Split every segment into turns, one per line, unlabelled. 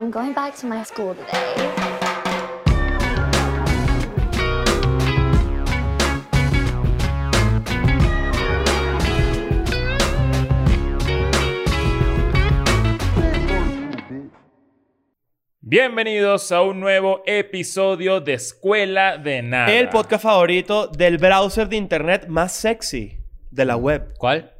I'm going back to my school today.
Bienvenidos a un nuevo episodio de Escuela de Nada.
El podcast favorito del browser de internet más sexy de
Mm.
la web,
¿Cuál?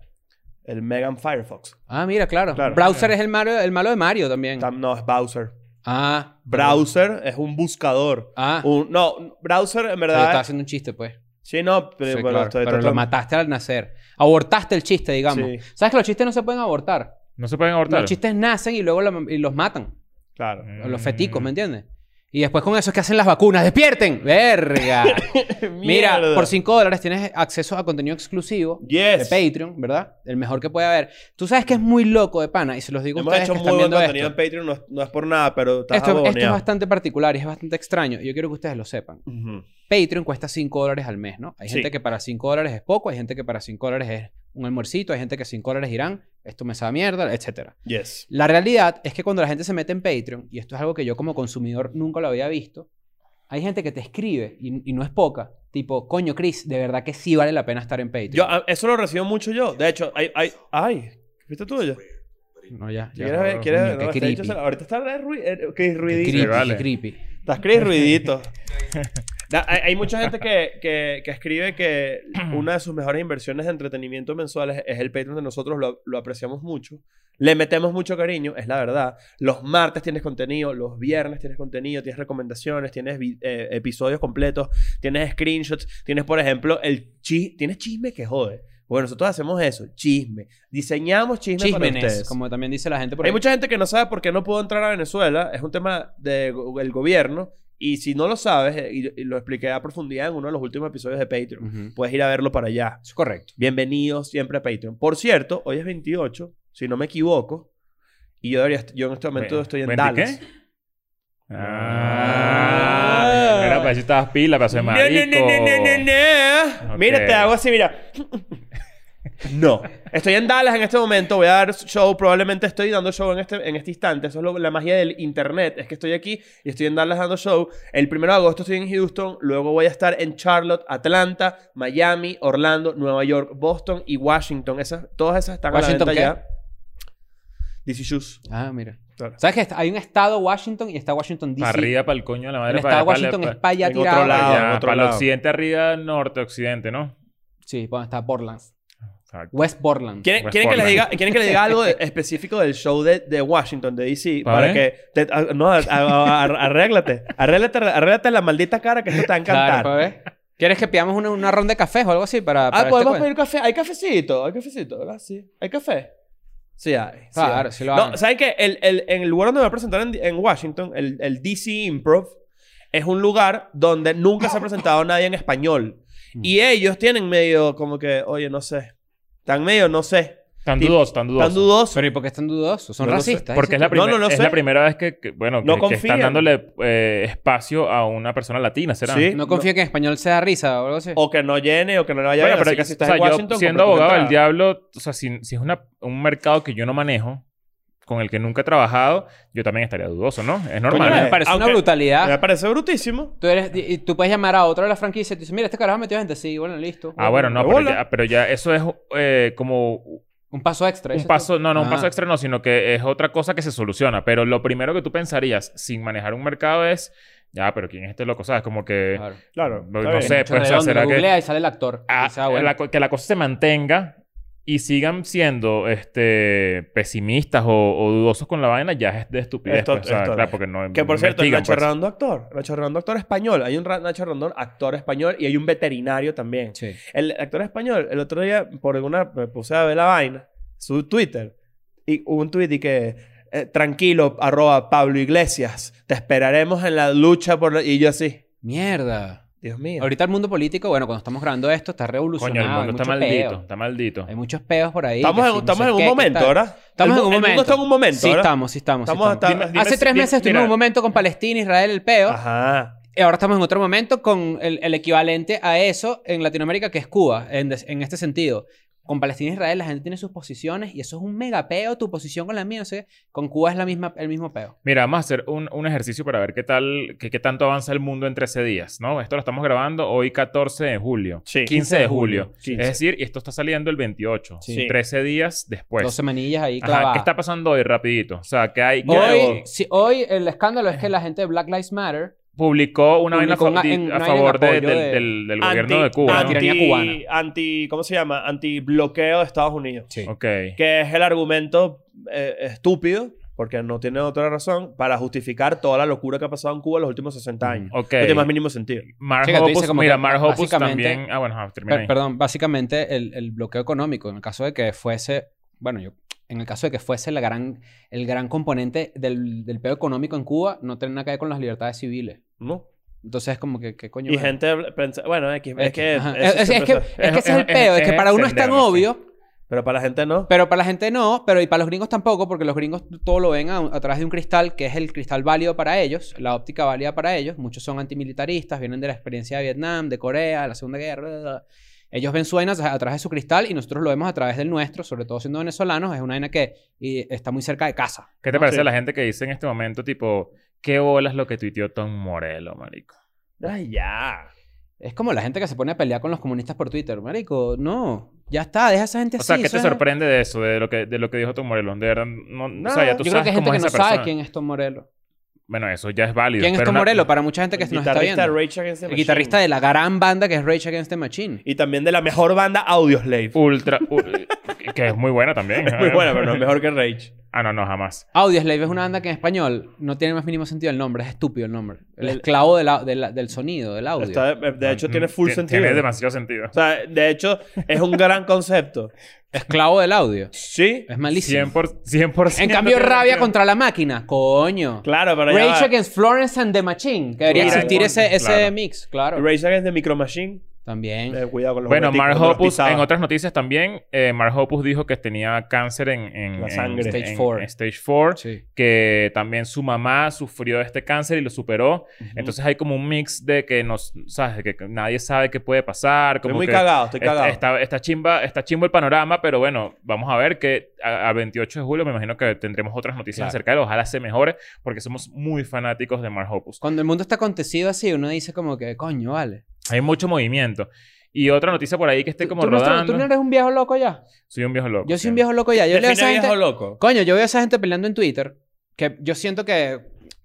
el Megan Firefox.
Ah, mira, claro.
Claro. Eh.
Browser es el malo, el malo de Mario también.
Tam- No, es browser.
ah,
Browser es un buscador.
Ah.
Un- no, browser en
pero estaba
verdad.
haciendo un chiste, pues.
Sí, no, pero,
Sí,
bueno,
claro.
estoy-
Pero
estoy-
lo mataste al nacer. Abortaste el chiste, digamos.
Sí.
¿Sabes que los chistes no se pueden abortar?
No se pueden abortar.
Los chistes nacen y luego lo- y los matan.
Claro.
O Los feticos, ¿me entiendes? Y después con eso es que hacen las vacunas. ¡Despierten! ¡Verga! Eh. Mira,
Mierda.
por 5 dólares tienes acceso a contenido exclusivo
Yes.
de Patreon, ¿verdad? El mejor que puede haber. Tú sabes que es muy loco de pana. Y se los digo a
Hemos
ustedes
hecho
que
muy
están
buen
viendo
contenido
esto.
en Patreon, no, es- no es por nada, pero estás
Esto, esto es
aboneado.
bastante particular y es bastante extraño. y Yo quiero que ustedes lo sepan.
Ujú.
Patreon cuesta 5 dólares al mes, ¿no? Hay
Sí.
gente que para 5 dólares es poco, hay gente que para 5 dólares es un almuercito, hay gente que 5 dólares dirán, esto me sabe a mierda, etcétera.
Yes.
La realidad es que cuando la gente se mete en Patreon, y esto es algo que yo como consumidor nunca lo había visto, hay gente que te escribe, y, y no es poca, tipo, coño, Chris, de verdad que sí vale la pena estar en Patreon.
Yo, ah, a- eso lo recibo mucho yo. De hecho, hay, hay, ay, ¿viste tú ya?
no, ya. ya.
¿Quieres ver?
no,
¿Quieres
coño,
ver?
qué
No, está
creepy.
hecho- ahorita está re ru- eh, que
Qué
ruidito.
creepy,
vale.
qué creepy.
Estás Chris ruidito. Da- hay, hay mucha gente que, que, que escribe que una de sus mejores inversiones de entretenimiento mensuales es el Patreon de nosotros. Lo, lo apreciamos mucho. Le metemos mucho cariño, es la verdad. Los martes tienes contenido, los viernes tienes contenido, tienes recomendaciones, tienes vi- eh, episodios completos, tienes screenshots, tienes, por ejemplo, el chi tienes chisme que jode. Bueno, nosotros hacemos eso, chisme. Diseñamos chisme para
Chismenes,
ustedes.
como también dice la gente por
Hay
ahí.
mucha gente que no sabe por qué no pudo entrar a Venezuela. Es un tema del gobierno. Y si no lo sabes, eh, y, y lo expliqué a profundidad en uno de los últimos episodios de Patreon,
Ujú.
puedes ir a verlo para allá.
Es correcto.
Bienvenidos siempre a Patreon. Por cierto, hoy es 28, si no me equivoco. Y yo, debería, est- yo en este momento
Ve-
estoy en
¿Veinte
Dallas.
qué? Ah, Era para eso estabas pila, para ser
No,
marico.
no, no, no, no, no, no.
Ok.
Mira, te hago así, mira. No, estoy en Dallas en este momento, voy a dar show, probablemente estoy dando show en este, en este instante, eso es lo- la magia del internet, es que estoy aquí y estoy en Dallas dando show, el 1 de agosto estoy en Houston, luego voy a estar en Charlotte, Atlanta, Miami, Orlando, Nueva York, Boston y Washington, esas, todas esas están
¿Washington
a la
qué?
venta ya. DC Shoes.
Ah, mira.
Claro.
¿Sabes que hay un estado Washington y está Washington
Para
DC?
arriba, para el coño de la madre.
El estado
para allá,
Washington
para-
es para allá
en otro
tirado.
lado.
para allá,
Ah, en otro
para el
lado.
occidente, arriba, norte, occidente, ¿no?
Sí, bueno, está Portland.
Exacto.
West Portland.
¿Quieren,
West
quieren que les
Portland.
diga, ¿Quieren que les diga algo de- específico del show de, de Washington, de DC?
Pa'
Para
ver.
que... te- a- no, a- a- a- arréglate. Arréglate, arréglate la maldita cara que esto te va a encantar.
Claro, pa' ver. ¿Quieres que pidamos una, una ronda de cafés o algo así para, para
Ah,
este
podemos
cuento?
pedir café. Hay cafecito, hay cafecito, ¿verdad? Sí. ¿Hay café? Sí, hay. sí
Claro,
hay.
sí lo
No,
hagan.
¿saben qué? El, el, en el lugar donde me voy a presentar en, en Washington, el, el DC Improv, es un lugar donde nunca se ha presentado nadie en español.
Mm.
Y ellos tienen medio como que, oye, no sé. Están medio, no sé.
Tan
Tip-
dudoso, tan dudoso.
Están dudosos.
Pero ¿y por qué están dudosos? Son
No lo sé,
racistas.
Porque es
dices
la,
tú.
No,
primer-
no lo
es
sé.
la primera vez que, que, bueno,
No
que- que, están
confían.
dándole eh, espacio a una persona latina, ¿será?
Sí.
No confía que en español sea risa o algo
Oh,
así.
O que no llene o que no le vaya
Bueno,
bien.
pero
Así que si estás
o sea,
en Washington...
yo siendo
compra tu
abogado del
entrada.
diablo, o sea, si, si es una, un mercado que yo no manejo, con el que nunca he trabajado, yo también estaría dudoso, ¿no? Es normal.
Coño,
Vale.
me parece
Aunque-
una brutalidad.
Me parece brutísimo.
Tú, eres, y- y tú puedes llamar a otra de las franquicias y tú dices, mira, este carajo metió gente. Sí, bueno, listo.
Ah, bueno, no,
Me
pero
bola.
ya, pero ya eso es eh, como
Un paso extra.
un
dices
paso,
tú.
no, no, un
Ah.
paso extra no, sino que es otra cosa que se soluciona. Pero lo primero que tú pensarías sin manejar un mercado es, ya, pero ¿quién es este loco? ¿Sabes? Como que,
Claro.
Claro.
no,
está
no
bien.
sé,
Mucho
pues, o sea,
redondo,
será
lo
que...
googlea y sale el actor.
Ah,
Dices, ah, bueno.
la co- que la cosa se mantenga y sigan siendo este, pesimistas o, o dudosos con la vaina, ya es de estupidez.
Esto-
pues, o sea,
esto-
claro, porque no
Que por cierto, el
investigan,
Nacho
pues.
Redondo actor. Nacho Redondo actor español. Hay un ra- Nacho Redondo actor español y hay un veterinario también.
Sí.
El actor español, el otro día, por alguna... Me puse a ver la vaina. Su Twitter. Y hubo un tweet y que... eh, tranquilo, arroba Pablo Iglesias. Te esperaremos en la lucha por... la-". Y yo así.
Mierda.
Dios mío.
Ahorita el mundo político, bueno, cuando estamos grabando esto, está
Coño,
revolucionado.
el mundo
hay
está
mucho
maldito,
peo.
está maldito.
Hay muchos peos por ahí.
Estamos en,
que sí, no
estamos
sé
en un
qué, qué
momento,
tal.
¿verdad?
Estamos
El mu-
en
El
un
mundo
momento.
está en un momento,
Sí,
¿verdad?
estamos, sí estamos. sí
Estamos
estamos.
hasta-
Dime-
Hace
dime-
tres
di-
meses estuvimos
mira.
en un momento con Palestina, Israel, el peo.
Ajá.
Y ahora estamos en otro momento con el, el equivalente a eso en Latinoamérica, que es Cuba, en, des- en este sentido. con Palestina e Israel la gente tiene sus posiciones y eso es un mega peo, tu posición con la mía, no sé, qué. con Cuba es la misma, el mismo peo.
Mira, vamos a hacer un, un ejercicio para ver qué tal, qué, qué tanto avanza el mundo en 13 días, ¿no? Esto lo estamos grabando hoy 14 de julio.
Sí.
15 de julio.
15.
Es decir, y esto está saliendo el 28.
Sí.
13 días
Pues,
después.
Dos semanillas ahí
Ajá,
clavadas.
¿Qué está pasando hoy rapidito? O sea, que hay... que
Hoy, sí, hoy el escándalo es que la gente de Black Lives Matter
publicó una vaina a,
Publicó
fa-
una-
di-
en- una
a
vaina en
favor de-
apoyo
del,
de-
del- del gobierno de Cuba, ¿no?
anti- Tiranía cubana.
anti- ¿Cómo se llama? Anti-bloqueo de Estados Unidos.
Ok.
Que es el argumento eh, estúpido, porque no tiene otra razón, para justificar toda la locura que ha pasado en Cuba en los últimos 60 años.
Ok.
No tiene más mínimo sentido.
Mar
Chica, tú dices
Hoppus-
como
mira,
que
Mar Hoppus
básicamente-
también... Ah, bueno, ajá, termina
Per-
ahí.
perdón, básicamente el, el bloqueo económico, en el caso de que fuese, bueno, yo, en el caso de que fuese la gran, el gran componente del, del peo económico en Cuba, no tiene nada que ver con las libertades civiles.
¿No?
Entonces es como que, ¿qué coño?
Y
es?
gente pensa- bueno, es que, es que,
Ajá.
eso
Es- es- es
siempre
que-
se-
es que ese es el
es-
peo, es,
es
que para uno es tan
entenderlo, sí.
obvio,
pero para la gente no.
pero para la gente no, pero y para los gringos tampoco, porque los gringos todo lo ven a, a través de un cristal que es el cristal válido para ellos, la óptica válida para ellos. Muchos son antimilitaristas, vienen de la experiencia de Vietnam, de Corea, de la Segunda Guerra. bla, bla, bla. Ellos ven su vaina a a través de su cristal y nosotros lo vemos a través del nuestro, sobre todo siendo venezolanos, es una vaina que y, está muy cerca de casa.
¿Qué te
No,
parece
sí.
la gente que dice en este momento, tipo, qué bolas lo que tuiteó Tom Morello, marico?
Ay, ya.
Es como la gente que se pone a pelear con los comunistas por Twitter, marico. No, ya está, deja a esa gente
O
así.
sea, ¿qué
eso
te
es-
sorprende de eso, de lo que, de lo que dijo Tom Morello? De verdad, no,
No,
o sea, ya tú
yo creo
sabes
que hay gente
cómo
que
es
no
esa persona.
sabe quién es Tom Morello.
Bueno, eso ya es válido.
¿Quién es
pero
Tom
una-
Morello? Para mucha gente que
El
nos está
guitarrista
viendo.
de Rage Against the
El
Machine.
guitarrista de la gran banda que es Rage Against the Machine.
Y también de la mejor banda Audioslave.
Ultra... ul- que es muy buena también. ¿eh?
Es muy buena, pero no es mejor que Rage.
Ah, no, no, jamás.
Audioslave es una banda que en español no tiene el más mínimo sentido el nombre, es estúpido el nombre. El esclavo del au- del- del sonido, del audio.
Está- de, de hecho,
Mm,
tiene full
ti-
sentido.
Tiene demasiado sentido.
O sea, de hecho, es un gran concepto.
Esclavo del audio.
Sí,
Es malísimo.
100%. por- 100%
En cambio,
tiene
rabia
sentido.
contra la máquina. Coño.
claro, pero ya
Rage
va.
Against Florence and the Machine. Que debería
Mira,
existir ese, ese
claro.
mix, claro.
Rage Against the Micro Machine.
También.
Eh, cuidado con los
Bueno,
jugueticos,
Mark
no te los
Hoppus,
pisaba.
en otras noticias también, eh, Mark Hoppus dijo que tenía cáncer en, en-
La
en-
sangre.
en-
Stage four.
en stage four,
Sí.
que también su mamá sufrió este cáncer y lo superó. Entonces hay como un mix de que nos, sabes, de que nadie sabe qué puede pasar.
Estoy
Como
muy
que
cagado, estoy
está-
cagado.
Está, está chimba, está chimbo el panorama, pero bueno, vamos a ver que a, a 28 de julio me imagino que tendremos otras noticias
Claro.
acerca de él. Ojalá se mejore, porque somos muy fanáticos de Mark Hoppus.
Cuando el mundo está acontecido así, uno dice como que, coño, vale.
Hay mucho movimiento. Y otra noticia por ahí que esté como
¿Tú, no-
rodando.
¿Tú no eres un viejo loco ya?
Soy un viejo loco.
Yo soy
sí.
un viejo loco ya. Yo leo a
Define
esa gente...
viejo loco.
Coño, yo veo a esa gente peleando en Twitter, que yo siento que,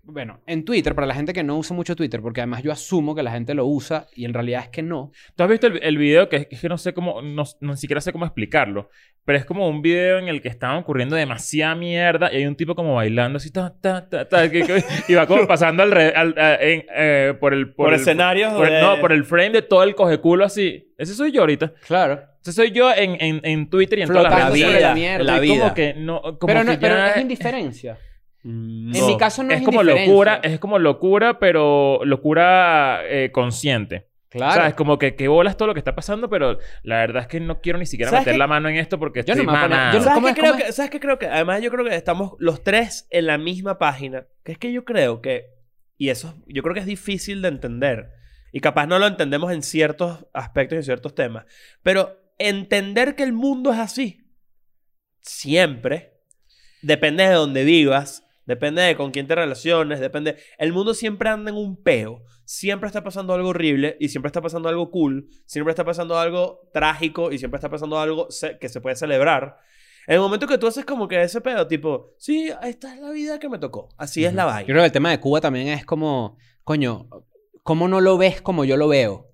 bueno, en Twitter, para la gente que no usa mucho Twitter, porque además yo asumo que la gente lo usa y en realidad es que no.
¿Tú has visto el, el video que es que no sé cómo, no, no ni siquiera sé cómo explicarlo, pero es como un video en el que estaban ocurriendo demasiada mierda y hay un tipo como bailando así, ta, ta, ta, ta, que- que- y va como pasando al re- al- a- en, eh, por el...
Por, eh.
el-
escenarios
por el-
de-
no, por el frame de todo el cogeculo así. Ese soy yo ahorita.
Claro.
Ese soy yo en, en, en Twitter y en todas las
Flotando
redes
sobre
sociales.
la mierda.
Estoy
La vida.
Como que no... Como
pero, no,
que
pero
ya-
es indiferencia.
Mm,
En
no.
mi caso no es,
es como
indiferencia.
locura, es como locura, pero locura eh, consciente.
Claro.
¿Sabes? Como que, que bolas todo lo que está pasando, pero la verdad es que no quiero ni siquiera
¿Sabes
meter
qué?
la mano en esto porque
Yo
estoy
no me voy a poner-
manado.
yo no-
¿Sabes
¿Cómo
qué
es?
creo
¿Cómo es?
que? ¿Sabes qué creo que? Además, yo creo que estamos los tres en la misma página. Que es que yo creo que... Y eso yo creo que es difícil de entender. Y capaz no lo entendemos en ciertos aspectos y en ciertos temas. Pero entender que el mundo es así. Siempre. Depende de dónde vivas. Depende de con quién te relaciones. Depende... El mundo siempre anda en un peo. Siempre está pasando algo horrible y siempre está pasando algo cool. Siempre está pasando algo trágico y siempre está pasando algo ce- que se puede celebrar. En el momento que tú haces como que ese pedo, tipo, sí, esta es la vida que me tocó. Así es la
Yo
vaina.
creo que el tema de Cuba también es como, coño, ¿cómo no lo ves como yo lo veo?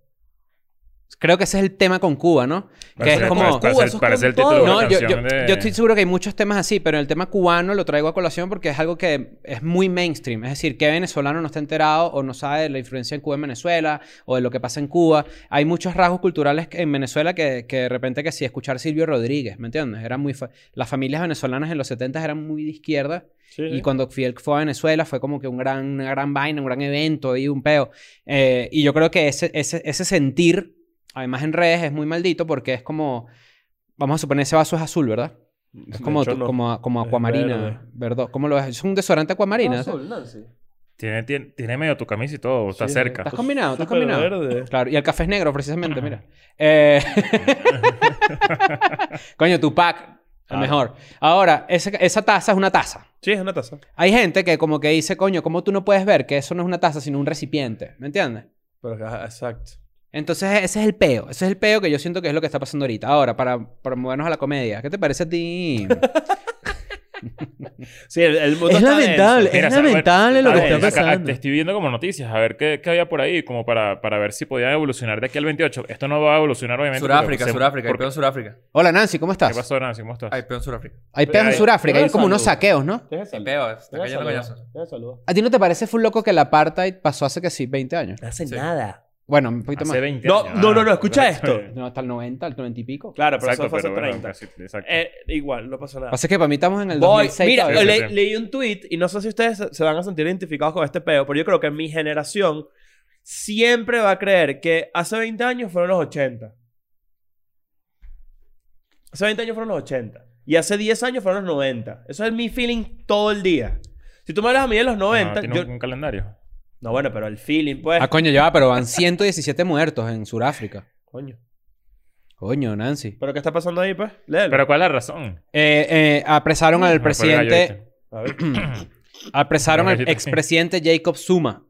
Creo que ese es el tema con Cuba, ¿no? Que es
Parece-
como...
parece-
Cuba, eso es
parece el
con
título de
todo.
una
No, yo, yo-
canción de-
yo estoy seguro que hay muchos temas así, pero el tema cubano lo traigo a colación porque es algo que es muy mainstream. Es decir, que venezolano no está enterado o no sabe de la influencia en Cuba en Venezuela o de lo que pasa en Cuba. Hay muchos rasgos culturales que- en Venezuela que, que de repente que sí, escuchar Silvio Rodríguez, ¿me entiendes? Era muy fa- Las familias venezolanas en los 70 eran muy de izquierda y cuando Fidel fue a Venezuela fue como que un gran, una gran vaina, un gran evento y un peo. Eh, y yo creo que ese, ese, ese sentir, además en redes, es muy maldito porque es como, vamos a suponer, ese vaso es azul, ¿verdad? Es como, tu- como, a- como
Es
acuamarina,
verde.
¿verdad? ¿Cómo lo ves? Es un desodorante acuamarina. ¿sí?
Nancy.
Tiene, tiene, tiene medio tu camisa y todo. Está
Sí,
cerca.
¿Estás combinado? ¿Estás
Súper
combinado?
verde.
Claro, y el café es negro, precisamente, mira. Eh, Coño, tu pack, el
Claro.
mejor. Ahora, esa, esa taza es una taza.
Sí, es una taza.
Hay gente que como que dice, coño, ¿cómo tú no puedes ver que eso no es una taza, sino un recipiente? ¿Me entiendes?
Pero, ajá, exacto.
Entonces, ese es el peo. Ese es el peo que yo siento que es lo que está pasando ahorita. Ahora, para, para movernos a la comedia. ¿Qué te parece a ti?
Sí, el, el mundo
Es
está denso.
lamentable. Es
Sara,
lamentable lo
a
que
ver,
está
acá-
pasando.
Te estoy viendo como noticias, a ver qué, qué había por ahí, como para, para ver si podía evolucionar de aquí al 28. Esto no va a evolucionar, obviamente. porque,
Suráfrica,
pues, se-
Suráfrica, hay
porque-
peón en Suráfrica.
Hola, Nancy, ¿cómo
¿Qué
estás?
pasó, Nancy? ¿Cómo estás?
Hay peón en Suráfrica.
Hay peos en
Hay-
Sudáfrica. Hay como unos
Salud.
saqueos, ¿no?
Deja de
Hay
saludar.
peo, está
Deja de
cayendo
saludar.
coñazos.
Deja de saludar.
¿A ti no te parece full loco que el apartheid pasó hace que sí, 20 años?
No hace
Sí.
nada.
Bueno, un poquito
Hace
más.
20
No,
años.
no, no, no,
Ah,
escucha
correcto.
esto.
No, hasta el 90, al 90 y pico.
Claro, pero
Exacto,
eso fue hace
pero bueno,
30.
casi- exacto.
Eh, igual, no pasa nada.
Pasa que para mí estamos en el
Voy.
2006.
Mira,
todavía.
Sí,
le-
sí.
leí un tweet y no sé si ustedes se- se van a sentir identificados con este peo, pero yo creo que mi generación siempre va a creer que hace 20 años fueron los 80. Hace 20 años fueron los 80. Y hace 10 años fueron los 90. Eso es mi feeling todo el día. Si tú me hablas a mí de los
Ah,
90,
¿tiene
yo...
un, un calendario.
No, bueno, pero el feeling, pues...
Ah, coño, ya va, pero van 117 muertos en Sudáfrica.
Coño.
Coño, Nancy.
¿Pero qué está pasando ahí, pues? Léelo.
Pero ¿cuál es la razón?
Eh, eh, apresaron al
Ah, por el gallo
presidente,
este.
A ver.
apresaron al
Galleta.
expresidente Jacob Zuma.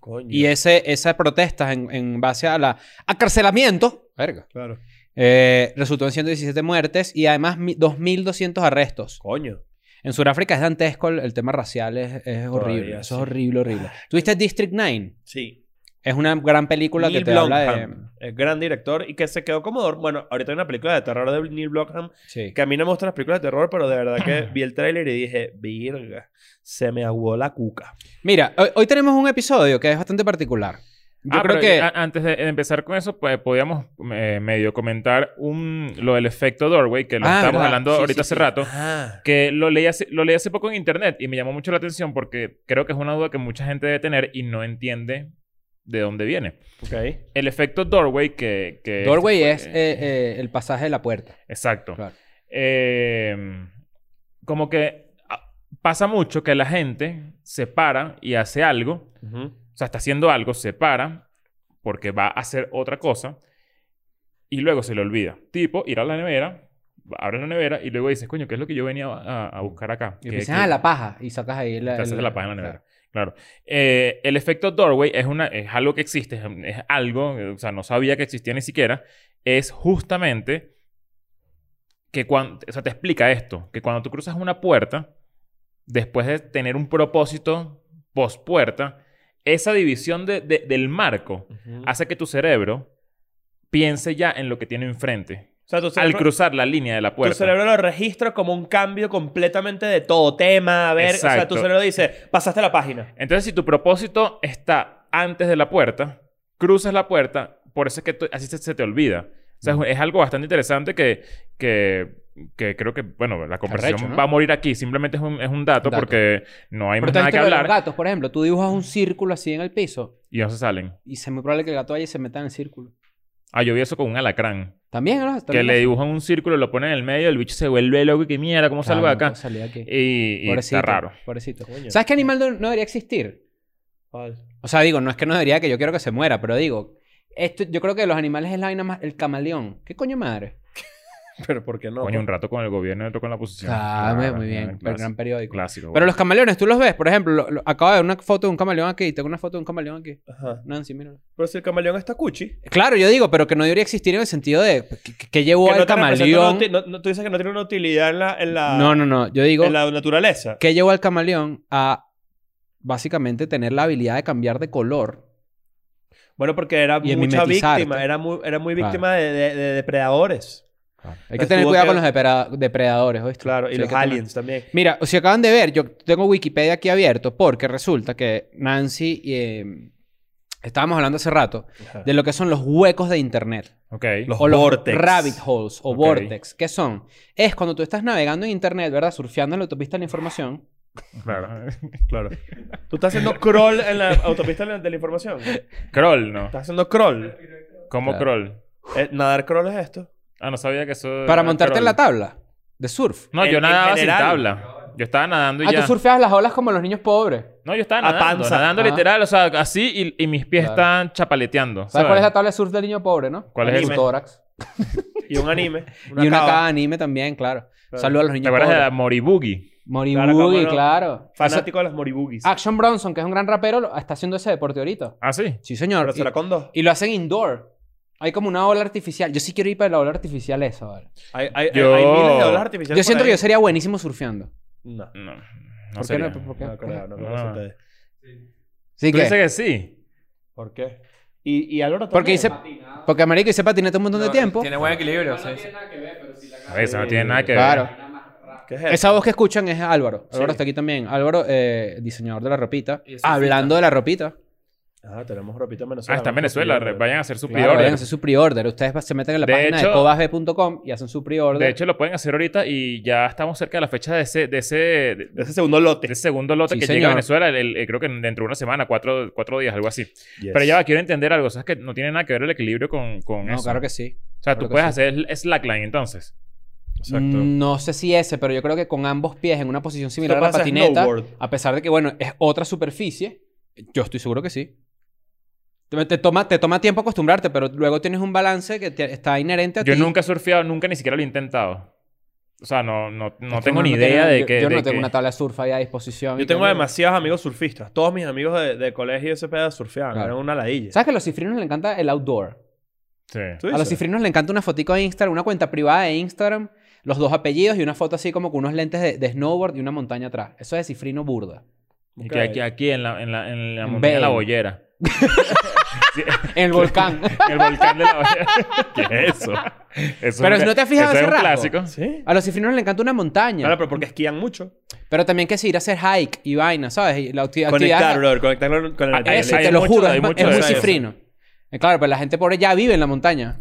Coño.
Y ese, esas protestas en, en base a la acarcelamiento verga,
Claro.
eh, resultó en 117 muertes y además mi- 2.200 arrestos.
Coño.
En Sudáfrica es dantesco, el, el tema racial es, es horrible.
Todavía
Eso
sí.
es horrible, horrible.
Ah,
¿Tuviste District 9?
Sí.
Es una gran película
Neil
que te habla de...
Blomkamp. el gran director y que se quedó como... dor- Bueno, ahorita hay una película de terror de Neil Blomkamp
Sí.
Que a mí no me gustan las películas de terror, pero de verdad que vi el tráiler y dije, virga, se me aguó la cuca.
Mira, hoy, hoy tenemos un episodio que es bastante particular. Yo
Ah, pero
creo que...
a- antes de empezar con eso, pues, podíamos eh, medio comentar un, lo del efecto doorway, que lo
Ah,
estábamos
¿verdad?
hablando
Sí, sí,
ahorita hace
sí.
rato.
Ah.
que lo leí, hace, lo leí hace poco en internet y me llamó mucho la atención porque creo que es una duda que mucha gente debe tener y no entiende de dónde viene.
Ok.
El efecto doorway que... que
Doorway es
eh,
eh, eh, el pasaje de la puerta.
exacto.
Claro.
Eh, como que ah, pasa mucho que la gente se para y hace algo o sea, está haciendo algo, se para porque va a hacer otra cosa y luego se le olvida. Tipo, ir a la nevera, abre la nevera y luego dices, coño, ¿qué es lo que yo venía a, a buscar acá?
Y
¿Qué-
empiezas
qué-
a la paja y sacas ahí la...
te haces
el-
la paja en la nevera. Claro. Eh, el efecto doorway es, una, es algo que existe, es, es algo, eh, o sea, no sabía que existía ni siquiera. Es justamente que cuando, o sea, te explica esto, que cuando tú cruzas una puerta, después de tener un propósito post puerta, esa división de- de- del marco hace que tu cerebro piense ya en lo que tiene enfrente.
O sea, tu
Al
cerebro,
cruzar la línea de la
tu
puerta.
cerebro lo registra como un cambio completamente de todo tema. A ver, o sea, tu
Exacto.
cerebro dice, pasaste la página.
Entonces, si tu propósito está antes de la puerta, cruzas la puerta, por eso es que tú- así se, se te olvida. O sea, es- es algo bastante interesante que, que, que creo que, bueno, la conversación
Arrecho, ¿no?
va a morir aquí. Simplemente es un, es un dato,
Un dato.
porque no hay
Pero
más
te has
nada que
visto lo de los
hablar
gatos, por ejemplo. Tú dibujas un círculo así en el piso
y no se salen. Ah,
y es muy probable que el gato vaya y se meta en el círculo. Ah,
Ah, Eh,
eh,
Ah, Yo estaba nadando y
Ah,
ya.
tú surfeas las olas como los niños pobres.
No, yo estaba
A
nadando.
panza.
Nadando
Ah.
literal, o sea, así y, y mis pies
Claro.
están chapaleteando.
¿Sabes cuál es la tabla de surf del niño pobre, no?
¿Cuál es
Su
el-
tórax.
Y un anime.
y una
cava.
cada anime también, claro.
Claro.
Saludos a los
¿Te
niños
acuerdas de la
pobres.
Moribugi?
Moribugi,
Claro,
claro.
cómo no. Fanático de las moribugis.
Eso- Action Bronson, que es un gran rapero, lo- está haciendo ese deporte ahorita.
Ah, sí.
Sí, señor.
Pero
Y-
será con dos.
Y lo hacen indoor. Hay como una ola artificial. Yo sí quiero ir para la ola artificial esa, ¿vale?
Hay, hay-
Yo-
hay miles de olas artificiales.
Yo
por
siento
ahí.
que yo sería buenísimo surfeando.
No, no
No. no
¿Por qué
sería.
no? ¿Por qué?
creo, no creo que
No.
se te dé.
Sí
¿Tú
que...
dices que sí?
¿Por qué? Y, y Álvaro
Porque
también.
hice... Porque, marico, hice patinete un montón de tiempo.
Tiene buen equilibrio, sí. sí.
A ver, eso no tiene nada que
Claro.
ver.
¿Qué es eso?
Esa voz que escuchan es Álvaro. Álvaro
Sí.
está aquí también. Álvaro, eh, diseñador de la ropita.
Y es
Hablando de la ropita.
Ah, tenemos ropita en Venezuela.
Ah, está en Venezuela. re- Vayan a hacer su
Claro, vayan a
pre-order.
hacer su pre-order. Ustedes se meten en la
De
página de
hecho-
cobasb.com y hacen su pre-order.
De hecho, lo pueden hacer ahorita y ya estamos cerca de la fecha de ese, de ese, de
De ese segundo lote.
ese segundo lote
Sí,
que llega a
señor.
Venezuela, el- el- creo que dentro de una semana, cuatro, cuatro días, algo así.
Yes.
Pero ya va, quiero entender algo. ¿Sabes que no tiene nada que ver el equilibrio con, con
no,
eso?
claro que sí. Mm,
O sea,
claro
tú
que
puedes hacer slackline entonces.
Exacto.
No sé si ese, pero yo creo que con ambos pies en una posición similar a la
pasa
patineta,
snowboard.
a pesar de que, bueno, es otra superficie, yo estoy seguro que sí. Te, te toma, te toma tiempo acostumbrarte, pero luego tienes un balance que te- está inherente a
Yo
ti.
nunca he surfeado, nunca ni siquiera lo he intentado. O sea, no, no, no
Es que
tengo
uno
ni
no
idea
tiene-
de
yo-
que...
Yo,
de
no tengo
que-
una tabla de surf ahí a disposición. y
Yo tengo
coño.
demasiados amigos surfistas. Todos mis amigos de, de colegio y ese pedo surfeaban.
Claro.
Eran una ladilla.
¿Sabes que a los cifrinos les encanta el outdoor?
Sí.
¿Tú
A los
dices?
cifrinos le encanta una fotico de Instagram, una cuenta privada de Instagram, los dos apellidos y una foto así como con unos lentes de, de snowboard y una montaña atrás. Eso es de cifrino burda.
Y
Ok.
que aquí, aquí en la, en la, en la
En
montaña de la
Vail.
bollera. Sí,
En el volcán.
el volcán de la bollera. ¿Qué es eso? Eso es
Pero
un-
¿no te has fijado
eso
ese
es un
rasgo?
clásico.
Sí.
A los cifrinos le encanta una montaña.
Claro, pero porque esquían mucho.
Pero también que se ir a hacer hike y vaina, ¿sabes? Y la acti- actividad...
Conectar, brother. Conectarlo con el
Ah,
Ese,
material.
eso. hay
te lo
mucho-
juro,
hay
es, ma-
mucho
es
de
muy
eso.
cifrino. Eh, Claro, pero la gente pobre ya vive en la montaña.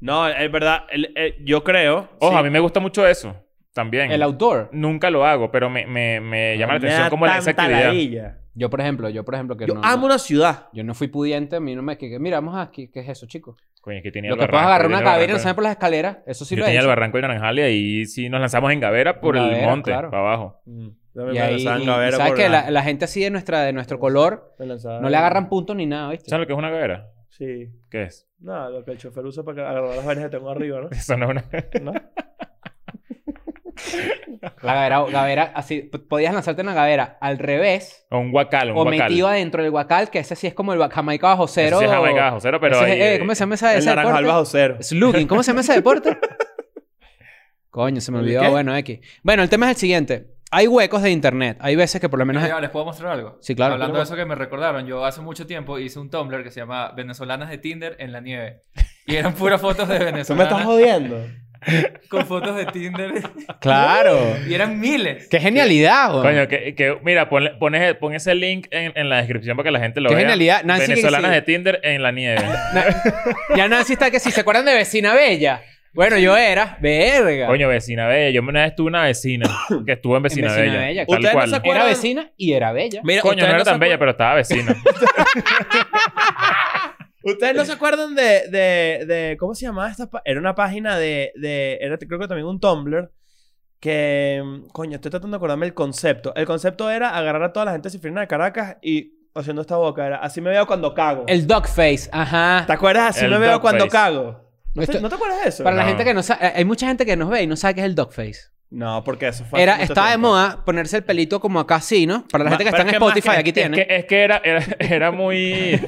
No, es verdad. el- el- yo creo.
Ojo,
sí.
a mí me gusta mucho eso. También.
El outdoor.
Nunca lo hago, pero me, me, me llama la
Me
atención
da
como la- esa
tanta
actividad.
ladilla.
Yo, por ejemplo, yo, por ejemplo, que
Yo
no...
amo una ciudad.
Yo no fui pudiente, a mí no me... Que, que- mira, vamos a... ¿Qué, qué es eso, chicos?
Coño, es que tenía
Lo
el
que puedes
barranco,
agarrar
yo tenía
una
el
cabera y
barranco.
lanzarme por las escaleras, eso sí
yo
lo he
tenía el
hecho.
barranco de Naranjal y ahí sí nos lanzamos en gavera por el
Gavera,
monte,
claro.
para abajo.
Mm, ya me
Y ahí,
lanzaban
y- y
gavera
sabes
por
que
la-
la, la gente así de, nuestra, de nuestro color
me lanzaban-
no le agarran puntos ni nada, ¿viste?
¿Sabes lo que es una gavera?
Sí.
¿Qué es?
No, lo que el chofer usa para agarrar las vainas que tengo arriba, ¿no?
Eso no es una...
¿No?
La gavera, gavera así, p- podías lanzarte en la gavera al revés
O un guacal, un
o
guacal.
metido adentro del guacal, que ese sí es como el ba- Jamaica bajo cero.
Ese sí es Jamaica bajo cero, pero
Ese es-
ahí-
eh, ¿Cómo se llama esa,
El
ese
naranjal
deporte?
bajo cero.
Slugging, ¿cómo se llama ese deporte? Coño, se me
¿El
olvidó.
qué?
Bueno, X. Bueno, el tema es el siguiente. Hay huecos de internet. Hay veces que por lo menos...
Oiga, ¿Les puedo mostrar algo?
Sí, claro.
Hablando de eso que me recordaron, yo hace mucho tiempo hice un Tumblr que se llama Venezolanas de Tinder en la nieve. Y eran puras fotos de
¿Tú me estás
venezolanas
jodiendo?
con fotos de Tinder.
¡Claro!
Y eran miles.
¡Qué genialidad, güey!
Coño, que, que- mira, ponle- pones- pon ese link en, en la descripción para que la gente lo
Qué
vea.
genialidad. Nancy que
Venezolanas
sí.
de Tinder en la nieve.
Na- ya Nancy está que si se acuerdan de Vecina Bella. Bueno, yo era. Verga.
Coño, vecina bella. Yo una vez tuve una vecina que estuvo en vecina,
Vecina
bella.
Bella,
Tal
¿Ustedes no
cual.
se acuerdan?
Era vecina y era bella.
Mira,
Coño, no era tan bella, pero estaba vecina.
¿Ustedes no se acuerdan de, de, de cómo se llamaba esta pa- Era una página de, de era creo que también un Tumblr que mm, coño, estoy tratando de acordarme el concepto. El concepto era agarrar a toda la gente cifrina de Caracas y haciendo esta boca era así me veo cuando cago.
El dog face, ajá.
¿Te acuerdas? Así
El
me veo
dog
cuando
face.
cago. ¿No te,
Esto-
no te acuerdas de eso?
Para la
No.
gente que no sabe, hay mucha gente que nos ve y no sabe qué es el dog face.
No, porque eso fue hace
Era,
mucho
estaba de
tiempo.
moda ponerse el pelito como acá así, ¿no? Para la
Ma-
gente que
pero
está en
es que más
Spotify,
que-
aquí
es que-
tiene.
Es que, es que era, era, era muy.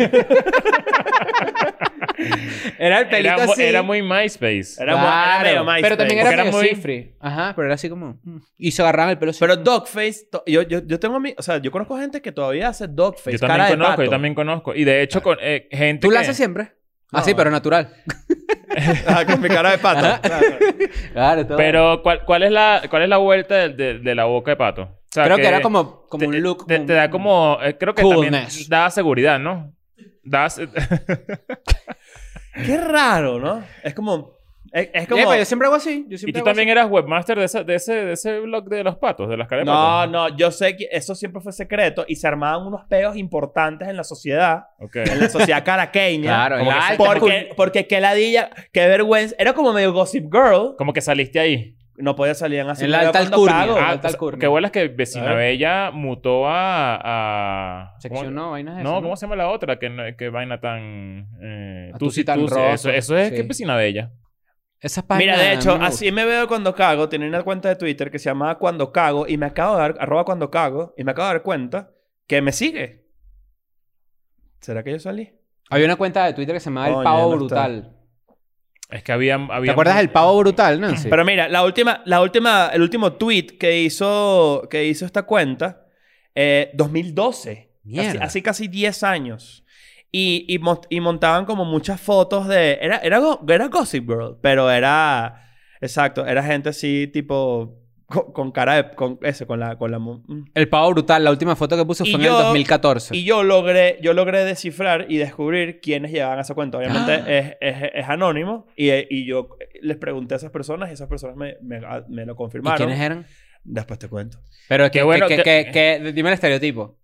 era el pelito
era, mu-
así.
era muy MySpace.
Era mo- era
Claro,
medio MySpace.
Pero también era,
Porque era
medio
muy-
cifri. Ajá, pero era así como... mm. Y se agarraban el pelo así.
Pero Dogface, to- yo, yo, yo tengo a mi, o sea, yo conozco gente que todavía hace Dogface,
yo también
Pues, cara de
conozco,
pato.
yo también conozco. Y de hecho, con eh, gente.
¿Tú lo
que-
haces siempre? Así, pero natural.
Ah, con mi cara de pato. Claro.
Claro, todo.
Pero, ¿cuál, cuál es la, ¿cuál es la vuelta de, de- de la boca de pato? O sea,
Creo que, era como, como
te-
un look...
Te,
como
te da
un-
como. eh, creo que
Coolness.
también da seguridad, ¿no? Da, se-
Qué raro, ¿no? Es como. Es, es como.
Epa, yo siempre hago así. Yo
y
siempre
tú
hago
también eras webmaster de, esa- de ese, de ese blog de los patos, de las caras de
No,
pato.
no, yo sé que eso siempre fue secreto y se armaban unos peos importantes en la sociedad,
Ok.
en la sociedad caraqueña.
Claro,
Como
en la
que-
alta
porque, porque qué ladilla, qué vergüenza. Era como medio Gossip Girl.
Como que saliste ahí.
No podía salir en así.
En la alta alcurnia. Ah,
Ah,
tal
o sea,
curva.
qué bolas que Vecina
A ver.
Bella mutó a... a ¿cómo-
Sección no, vainas de
No,
esas,
¿cómo se llama la otra? Que, no- que vaina tan... Eh,
A
tusi,
tusi tan
tusi.
rosa.
Eso, eso es
Sí.
que es Vecina Bella.
Esas
Mira,
páginas
de
a
hecho,
mí me
así me veo cuando cago. Tienen una cuenta de Twitter que se llama Cuando Cago y me acabo de dar, arroba cuando cago, y me acabo de dar cuenta que me sigue. ¿Será que yo salí?
gustan. Había una cuenta de Twitter que se llamaba
Coño,
El Pavo
no está.
Brutal.
Es que había...
¿Te acuerdas del Pavo Brutal, Nancy?
Pero mira, la última, la última, el último tweet que hizo, que hizo esta cuenta, eh, 2012. Así,
Mierda.
así casi 10 años. Y, y, mos- y montaban como muchas fotos de... Era, era, go- era Gossip Girl, pero era... Exacto, era gente así tipo... Con, con cara de... Con ese, con la... Con la mu- mm.
El Pavo Brutal, la última foto que puso
Y
fue en
yo-
el 2014.
Y yo logré, yo logré descifrar y descubrir quiénes llevaban esa cuenta. Obviamente
Ah.
es, es- es anónimo y, y yo les pregunté a esas personas y esas personas me, me- me lo
¿Y
confirmaron.
quiénes eran?
Después te cuento.
Pero que,
Qué bueno
que-
que-
que- que- dime el estereotipo.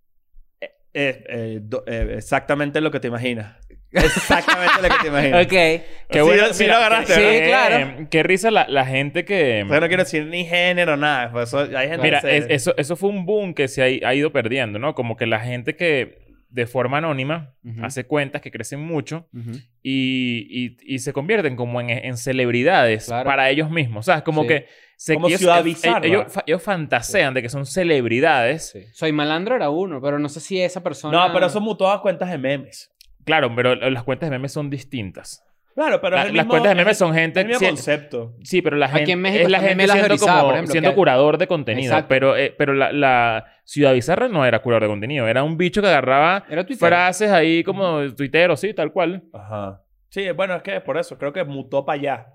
Eh, eh, do- eh, exactamente lo que te imaginas. Exactamente lo que te imaginas.
Ok.
Qué
Sí,
bueno,
sí
mira,
lo agarraste,
qué-
¿verdad?
qué-
Sí, claro.
Eh, Qué risa la, la gente que...
O sea, no quiero decir ni género, nada. Por eso hay gente
Mira,
que se-
es- eso, eso fue un boom que se ha, i- ha ido perdiendo, ¿no? Como que la gente que de forma anónima
Ujú.
hace cuentas que crecen mucho y, y- y se convierten como en, en celebridades
Claro.
para ellos mismos. ¿Sabes? Como
Sí.
que... Se,
Como Ciudad
ellos-
Bizarra.
Ellos, fa- ellos fantasean de que son celebridades.
Soy malandro era uno, pero no sé si esa persona...
No, pero son mutuadas cuentas de memes.
Claro, pero las cuentas de memes son distintas.
Claro, pero
La-
es el
las
mismo-
cuentas de memes
es-
son
es el
gente...
mismo
sí,
concepto.
Sí, pero la
Aquí
gente.
en México
es la
también
gente
las
siendo,
revisaban,
como-
por ejemplo,
siendo
que-
curador de contenido.
Exacto.
Pero, eh, pero la, la Ciudad Bizarra no era curador de contenido. Era un bicho que agarraba
Era Twitter.
frases ahí como tuiteros, sí, tal cual.
Ajá. Sí, bueno, es que es por eso. Creo que mutó para allá.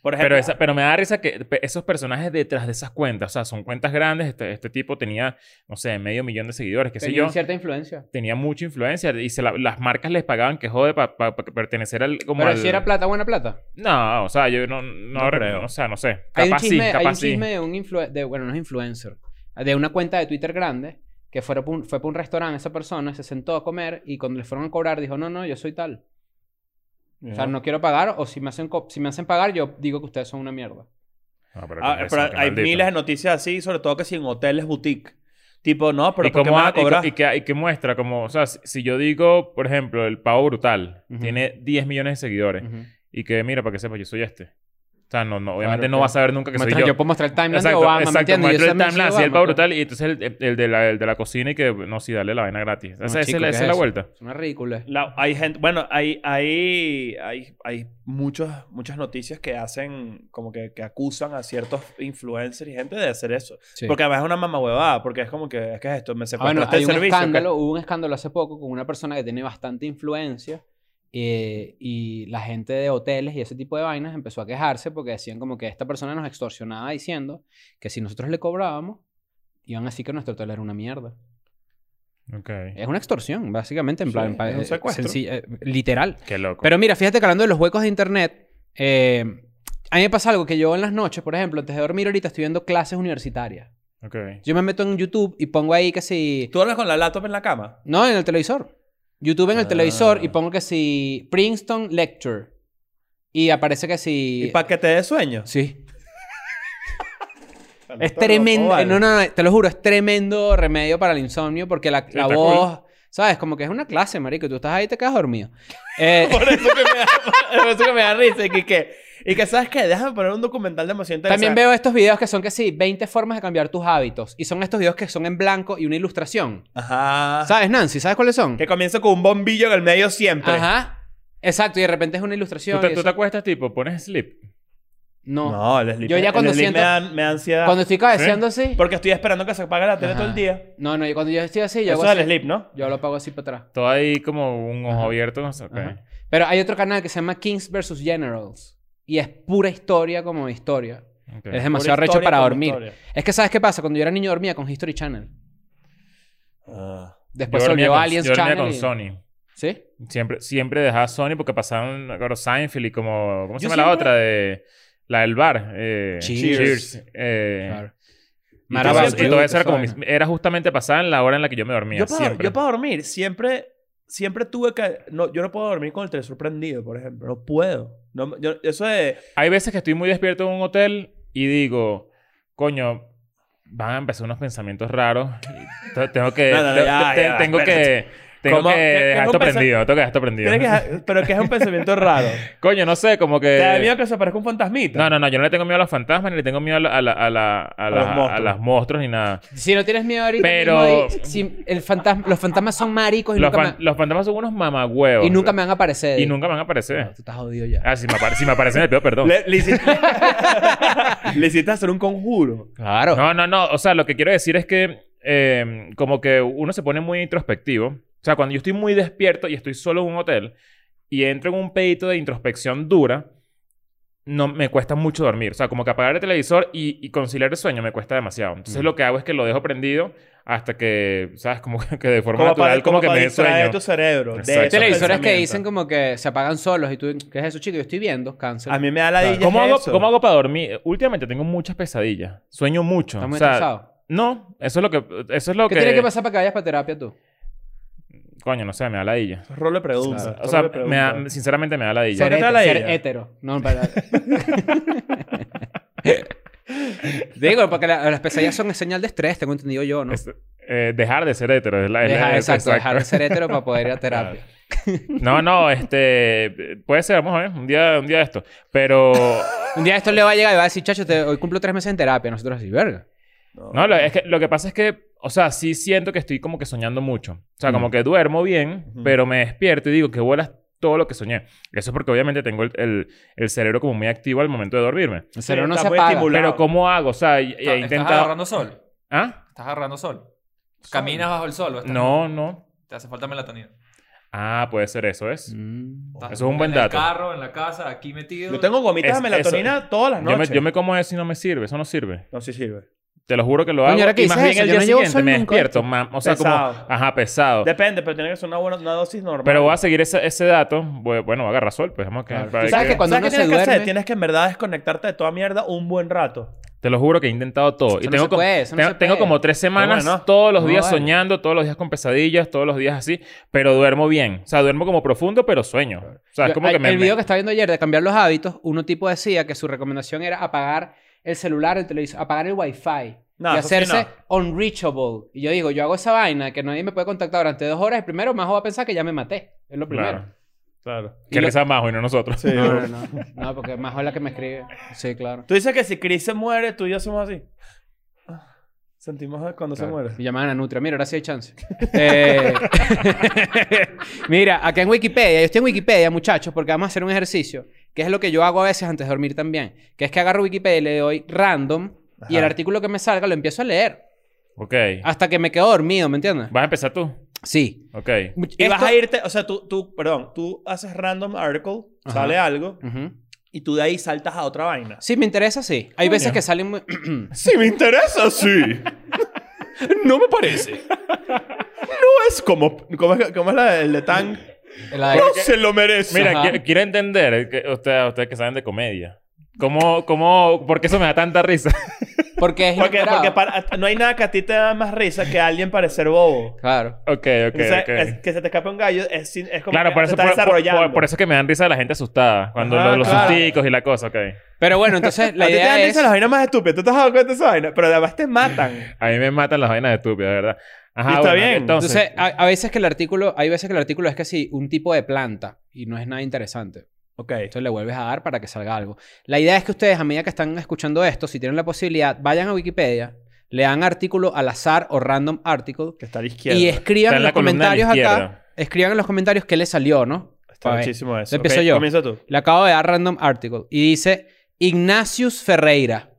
Por ejemplo,
Pero, esa- pero me da risa que pe- esos personajes detrás de esas cuentas, o sea, son cuentas grandes. Este, este tipo tenía, no sé, medio millón de seguidores, qué sé
Tenían
yo.
cierta influencia.
Tenía mucha influencia y se la- las marcas les pagaban que jode para pertenecer al. Como
Pero
al-
si era plata, buena plata.
No, o sea, yo no, no,
No creo.
creo. O sea, no sé.
hay un
Capaz sí,
chisme, hay un
capaz sí.
chisme de un influ- de, bueno, no es influencer, de una cuenta de Twitter grande que fuera pa un- fue para un restaurante esa persona, se sentó a comer y cuando le fueron a cobrar dijo, no, no, yo soy tal. O sea, no quiero pagar o si me hacen, co- si me hacen pagar yo digo que ustedes son una mierda.
Ah, pero
Ah,
qué
pero
risa, qué
hay
maldito.
miles de noticias así, sobre todo que si en hoteles boutique. Tipo, no, pero
¿Y
¿por qué
cómo
me van
ha-
a cobrar?
Y, que, y que muestra como, o sea, si, si yo digo, por ejemplo, el Pavo Brutal
Ujú.
tiene 10 millones de seguidores
Ujú.
y que mira, para que sepas, yo soy este. O sea, no, no, obviamente
Claro,
no
claro.
va a saber nunca que soy
Muestra-
yo.
yo. puedo mostrar el timeline
exacto,
de Obama, ¿me
exacto.
entiendes? Yo
muestra el
también soy
timeline así, el
Obama,
Pavo
claro.
Brutal y entonces el, el- el de la, el de la cocina y que, no, sí, dale la vaina gratis.
No,
esa esa-
chico,
esa
¿qué
es
es
la
eso?
vuelta.
Es una ridícula.
La- hay gente, bueno, hay, hay, hay, hay muchas, muchas noticias que hacen, como que, que acusan a ciertos influencers y gente de hacer eso.
Sí.
Porque además es una mamahuevada, porque es como que, es que es esto, me
Ah, bueno,
secuestraste
hay
el
un
servicio. ¿qué?
escándalo, hubo un escándalo hace poco con una persona que tiene bastante influencia eh, y la gente de hoteles y ese tipo de vainas empezó a quejarse porque decían como que esta persona nos extorsionaba diciendo que si nosotros le cobrábamos, iban a decir que nuestro hotel era una mierda.
Ok.
Es una extorsión, básicamente, en
Sí,
plan, pa-
es un
eh,
secuestro.
sencilla- eh, literal.
Qué loco.
Pero mira, fíjate que hablando de los huecos de internet, eh, a mí me pasa algo que yo en las noches, por ejemplo, antes de dormir ahorita estoy viendo clases universitarias.
Ok.
Yo me meto en YouTube y pongo ahí que si...
¿Tú hablas con la laptop en la cama?
No, en el televisor. YouTube en el
Ah.
televisor y pongo que si Princeton Lecture. Y aparece que
¿Y,
si...
para que te dé sueño?
Sí.
Están
Es
todos
tremendo.
locos,
eh, No,
¿vale?
no, no, te lo juro, es tremendo remedio para el insomnio porque la, la
está
voz... ¿Sabes? Como que es una clase, marico. Tú estás ahí y te quedas dormido. Eh,
Por eso que me da, por eso que me da risa. Y que, que- y que, ¿sabes qué? Déjame poner un documental de emoción
También veo estos videos que son que sí, 20 formas de cambiar tus hábitos. Y son estos videos que son en blanco y una ilustración.
Ajá.
¿Sabes, Nancy? ¿Sabes cuáles son?
Que comienza con un bombillo en el medio siempre.
Ajá. Exacto, y de repente es una ilustración.
¿Tú te,
y
tú te
eso-
acuestas tipo, pones sleep?
No.
No, el sleep,
Yo ya
el
cuando
sleep
siento-
me, dan- me da ansiedad.
Cuando estoy cabeceando así.
Porque estoy esperando que se apague la tele
Ajá.
todo el día.
No, no, yo cuando yo estoy así, yo
Eso
hago
es el
así.
sleep, ¿no?
Yo lo pago así para atrás.
Todo ahí como un ojo
Ajá.
abierto. No sé. ok.
Ajá. Pero hay otro canal que se llama Kings vs. Generals. Y es pura historia como historia.
Ok.
Es demasiado
Pura
recho
historia
para
como
dormir.
historia.
Es que, ¿sabes qué pasa? Cuando yo era niño dormía con History Channel. Después
Ah, Yo
se
dormía
volvió
con-
Aliens
yo dormía
Channel.
con
y-
Sony.
¿Sí?
Siempre, siempre dejaba Sony porque pasaban claro, Seinfeld y como. ¿Cómo se
Yo
llama la
siempre-
otra? De, la del bar. eh,
Cheers.
eh,
Claro.
y
Mara
todo-
Bartiroc,
y todo eso era
esa
como.
vaina.
mis- era justamente pasada en la hora en la que yo me dormía.
Yo para,
siempre.
yo para dormir siempre, siempre tuve que... No, yo no puedo dormir con el televisor prendido, por ejemplo. No puedo. No, yo- eso es...
Hay veces que estoy muy despierto en un hotel y y digo, coño, van a empezar unos pensamientos raros. y te- Tengo que.
No, no, no,
te-
ya,
te-
ya,
tengo que.
espérate.
Tengo
¿Cómo?
que
¿Qué- qué es
dejar
un
esto
pensa-
prendido. Tengo que dejar esto prendido.
Tienes que- pero que es un pensamiento raro.
Coño, no sé, como que.
¿Te da miedo que se parezca un fantasmita?
Eh, No, no, no, yo no le tengo miedo a los fantasmas ni le tengo miedo a, la- a, la- a, la- a, la-
los monstruos.
a las monstruos ni nada.
Si no tienes miedo ahorita
Pero-
mismo, di- si el fantasma, los fantasmas son maricos y,
Los,
nunca,
fan-
me,
los fantasmas son unos mamagüeos.
y nunca me van a aparecer.
Y
di.
nunca van a aparecer.
No, tú estás jodido ya.
Ah, si me, apare- si me aparecen el peor, perdón.
Le, le hiciste, le hiciste hacer un conjuro.
Claro.
No, no, no. O sea, lo que quiero decir es que eh, como que uno se pone muy introspectivo. O sea, cuando yo estoy muy despierto y estoy solo en un hotel y entro en un pedito de introspección dura, no me cuesta mucho dormir. O sea, como que apagar el televisor y, y conciliar el sueño me cuesta demasiado. Entonces
Mm.
lo que hago es que lo dejo prendido hasta que, ¿sabes? Como que de forma
Como
natural,
para,
como,
como
que
para
me dé
distraer
sueño.
tu cerebro. de
Exacto.
esos
televisores que
pensamientos.
dicen como que se apagan solos y tú, ¿qué es eso, chico? Yo estoy viendo, cáncer.
A mí me da la idea.
¿Cómo hago, ¿Cómo hago para dormir? Últimamente tengo muchas pesadillas. Sueño mucho.
¿Estás muy
O sea,
cansado?
No, eso es lo que... Eso es lo
¿Qué
que...
tiene que pasar para que vayas para terapia tú?
Coño, no sé, me da ladilla.
Rolo pregunta.
O sea, me da- sinceramente me da ladilla.
Ser,
¿Por qué te da la
hétero, ser
idea?
hétero. No, para... Digo, porque la- las pesadillas son señal de estrés, tengo entendido yo, ¿no?
Es- eh, dejar de ser hetero. es la- es la-
Dejar,
es-
exacto, dejar de ser hétero para poder ir a terapia.
No, no, este... Puede ser, vamos a ver. Un día, un día de esto. Pero...
Un día esto le va a llegar y va a decir, chacho, te- hoy cumplo tres meses en terapia. Nosotros así, verga.
No, lo, es que, lo que pasa es que... O sea, sí siento que estoy como que soñando mucho. O sea, como que duermo bien,
Ujú.
pero me despierto y digo que vuelas todo lo que soñé. Eso es porque obviamente tengo el, el- el cerebro como muy activo al momento de dormirme.
El cerebro no
está
se
muy
apaga.
estimulado.
Pero ¿cómo hago? O sea, y- y
Está-
he
¿Estás
intentado...
agarrando sol?
¿Ah?
¿Estás agarrando sol? ¿Caminas bajo el sol? o estás-
No, no.
Te hace falta melatonina.
Ah, puede ser eso, es.
Mm.
Estás
Eso es un buen
En el
dato.
carro, en la casa, aquí metido.
Yo tengo gomitas
Es-
de melatonina todas las
Yo me,
noches.
yo me como eso y no me sirve, eso no sirve.
No, sí sirve.
Te lo juro que lo
Coño,
hago.
¿ahora qué
y más
dices
bien
eso?
el
Yo
día
no llevo
siguiente
sol
me
nunca.
despierto. ma- o sea,
Pesado.
como. Ajá, pesado.
Depende, pero tiene que ser una buena una dosis normal.
Pero voy a seguir ese, ese dato. Voy- bueno, agarra sol, pues vamos a quedar
Claro.
para
Tú sabes
que-
que cuando
¿Sabes
uno
qué
se
tienes que hacer?
duerme...
Tienes que en verdad desconectarte de toda mierda un buen rato.
Te lo juro que he intentado todo.
Eso
y
no
tengo,
se
como-
puede, eso no
tengo,
se
tengo
puede.
como tres semanas
Pero bueno,
todos los
no
días
vale.
soñando, todos los días con pesadillas, todos los días así. Pero duermo bien. O sea, duermo como profundo, pero sueño. O sea, es
Yo-
como
hay-
que me.
el
me-
video que estaba viendo ayer de cambiar los hábitos, uno tipo decía que su recomendación era apagar el celular, el televisor, apagar el wifi
No,
y
eso sí,
hacerse unreachable. Y yo digo, yo hago esa vaina que nadie me puede contactar durante dos horas y primero Majo va a pensar que ya me maté. Es lo primero.
Claro.
Claro.
Y
Que
lo-
risa más, bueno, nosotros.
Sí.
No, no, no. No, porque Majo es la que me escribe. Sí, claro.
Tú dices que si Chris se muere, tú y yo somos así. Ah, Sentimos cuando se muere.
Y llamaban a Nutria. Mira, ahora sí hay chance. Eh, Mira, acá en Wikipedia, yo estoy en Wikipedia, muchachos, porque vamos a hacer un ejercicio, que es lo que yo hago a veces antes de dormir también, que es que agarro Wikipedia y le doy random y el
Ajá.
artículo que me salga lo empiezo a leer
Ok.
hasta que me quedo dormido, ¿me entiendes?
¿Vas a empezar tú?
Sí.
Ok.
Y vas
Esto-
a irte, o sea, tú, tú, perdón, tú haces random article,
Ajá.
sale algo,
Ujú.
y tú de ahí saltas a otra vaina.
Sí, me interesa, sí. Hay veces que salen muy...
Si me interesa, sí. No me parece. No es como...
¿Cómo es, cómo es la- el de tan?
La-
No se lo merece.
Mira,
Ajá.
quiero, quiero entender, eh, que ustedes, ustedes que saben de comedia, ¿cómo, cómo, por qué eso me da tanta risa?
Porque es
Porque, porque
inesperado.
para- no hay nada que a ti te da más risa que a alguien parecer bobo.
Claro.
ok, ok,
Entonces,
ok.
es- que se te escape un gallo es, sin- es como
claro,
que
por eso,
se está
por, por-
desarrollando.
por- por eso es que me dan risa la gente asustada, cuando
Ajá,
lo- los
claro.
susticos y la cosa, ok.
Pero bueno, entonces
a
la
ti te dan
idea es...
risa las vainas más estúpidas. Tú te has dado cuenta de esa vaina, pero además te matan.
A mí me matan las vainas estúpidas, de verdad. Ajá,
Y está bien.
Entonces,
Entonces, a, a veces que el artículo, hay veces que el artículo es que sí, un tipo de planta y no es nada interesante.
Ok.
Entonces le vuelves a dar para que salga algo. La idea es que ustedes, a medida que están escuchando esto, si tienen la posibilidad, vayan a Wikipedia, le dan artículo al azar o random article
Que está a la izquierda.
y
Está
escriban
en
en
la
los
columna de la
comentarios acá,
izquierda.
escriban en los comentarios qué les salió, ¿no?
Está
Pa' ver.
muchísimo eso.
Empiezo
Ok,
yo.
Comienza tú.
Le acabo de dar random article y dice Ignacius Ferreira.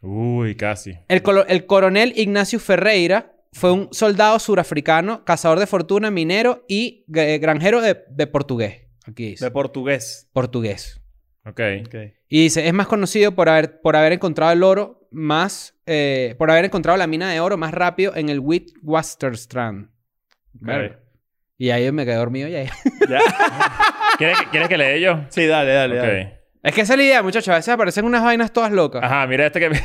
uy, casi.
El, colo- el coronel Ignacio Ferreira fue un soldado surafricano, cazador de fortuna, minero y gr- granjero de, de portugués. Aquí dice.
De portugués.
portugués.
Ok.
Ok.
Y dice, es más conocido por haber, por haber encontrado el oro más... eh, por haber encontrado la mina de oro más rápido en el Witwatersrand. Verga. Y ahí me quedé dormido y ahí...
Ya.
¿Quieres, que- quieres que lea yo?
Sí, dale, dale,
Ok.
dale.
Es que esa es la idea, muchachos. A veces aparecen unas vainas todas locas.
Ajá, mira este que me...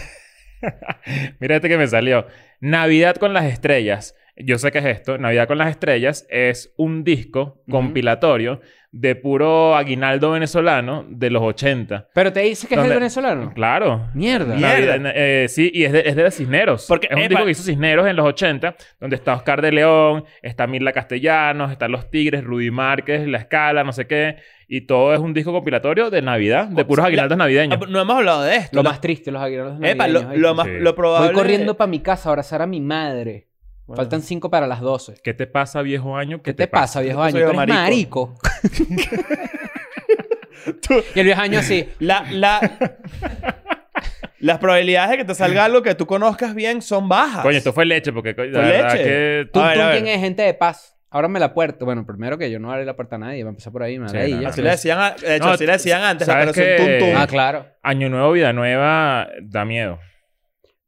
mira este que me salió. Navidad con las estrellas. yo sé que es esto, Navidad con las Estrellas es un disco compilatorio de puro aguinaldo venezolano de los 80.
Pero te dice que es
¿Dónde?
el venezolano.
Claro.
Mierda.
Mierda.
Navidad- eh, sí, y es de, es de Cisneros.
Porque,
es un
epa.
disco que hizo Cisneros en los 80, donde está Oscar de León, está Mirla Castellanos, están Los Tigres, Rudy Márquez, La Escala, no sé qué. Y todo es un disco compilatorio de Navidad, de puros aguinaldos
Ah,
navideños.
pero No hemos hablado de esto.
Lo
La-
más triste, los aguinaldos
Epa,
navideños,
lo,
¿viste?
lo más,
Sí.
lo probable.
Voy corriendo para mi casa a abrazar a mi madre.
Bueno.
Faltan cinco para las doce.
¿Qué te pasa, viejo año?
¿Qué, te pasa, viejo año?
soy
Tú eres
marico.
marico. y el viejo año así.
La, la- las probabilidades de que te salga algo que tú conozcas bien son bajas.
Coño, esto fue leche, porque coño, la
Fue
verdad
leche.
que- Ah,
¿Tú,
A ver,
tú
a ver.
quién es gente de paz? Ahora me la puerto. Bueno, primero que yo no abrí la puerta a nadie. Voy a empezar por ahí. Me da
Sí,
ladilla.
no,
Así le decían, a- de hecho,
Pues, No,
así le decían antes, la
¿sabes
operación
qué?
Tum Tum.
Ah, claro.
Año Nuevo, Vida Nueva, da miedo.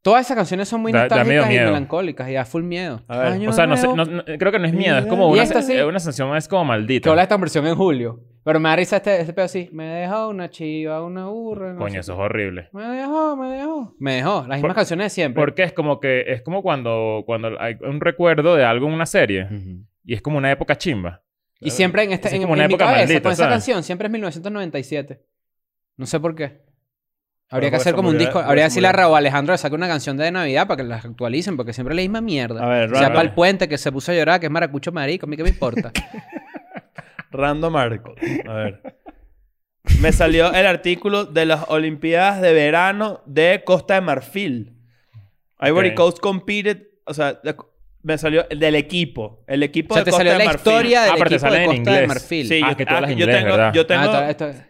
Todas esas canciones son muy
Da- da medio
nostálgicas y
miedo.
melancólicas y da full miedo.
A ver,
Año
o sea, no sé,
nuevo.
no- no- creo que no es miedo, es como
Y
una,
esta sí.
eh, una sensación, es como
Que habla
maldita.
esta versión en julio. Pero me da risa este, este pedo así. Me dejó una chiva, una burra. no sé
Coño, eso es
qué.
horrible.
Me dejó, me dejó. Me dejó. Las
Por-
mismas canciones de siempre.
Porque es como que, es como cuando, cuando hay un recuerdo de algo en una serie
Ujú.
y es como una época chimba.
Y siempre en este
Esa es
en,
como una
en mi
época
cabeza,
maldita,
con esa
¿sabes?
canción, siempre es 1997. No sé por qué. Habría
Pero
que
porque
hacer
se
como un
murió-
disco.
porque
Habría que
se
decirle a
murió.
Raúl Alejandro que saque una canción de Navidad para que las actualicen, porque siempre es la misma mierda.
A ver,
sea
Raúl.
para el puente, que se puso a llorar, que es maracucho marico, a mí que me importa.
Random article. A ver. Me salió el artículo de las Olimpiadas de verano de Costa de Marfil. Ivory
Ok.
Coast competed, o sea, de- me salió el del equipo, el equipo
o sea,
de
te
Costa
salió
de
la
Marfil.
historia del
Ah, pero te
equipo
sale
de
en
Costa de
inglés.
Marfil.
Sí,
Ah,
yo,
que tú hablas
yo
inglés,
tengo,
¿verdad?
yo tengo,
Ah, to- esto-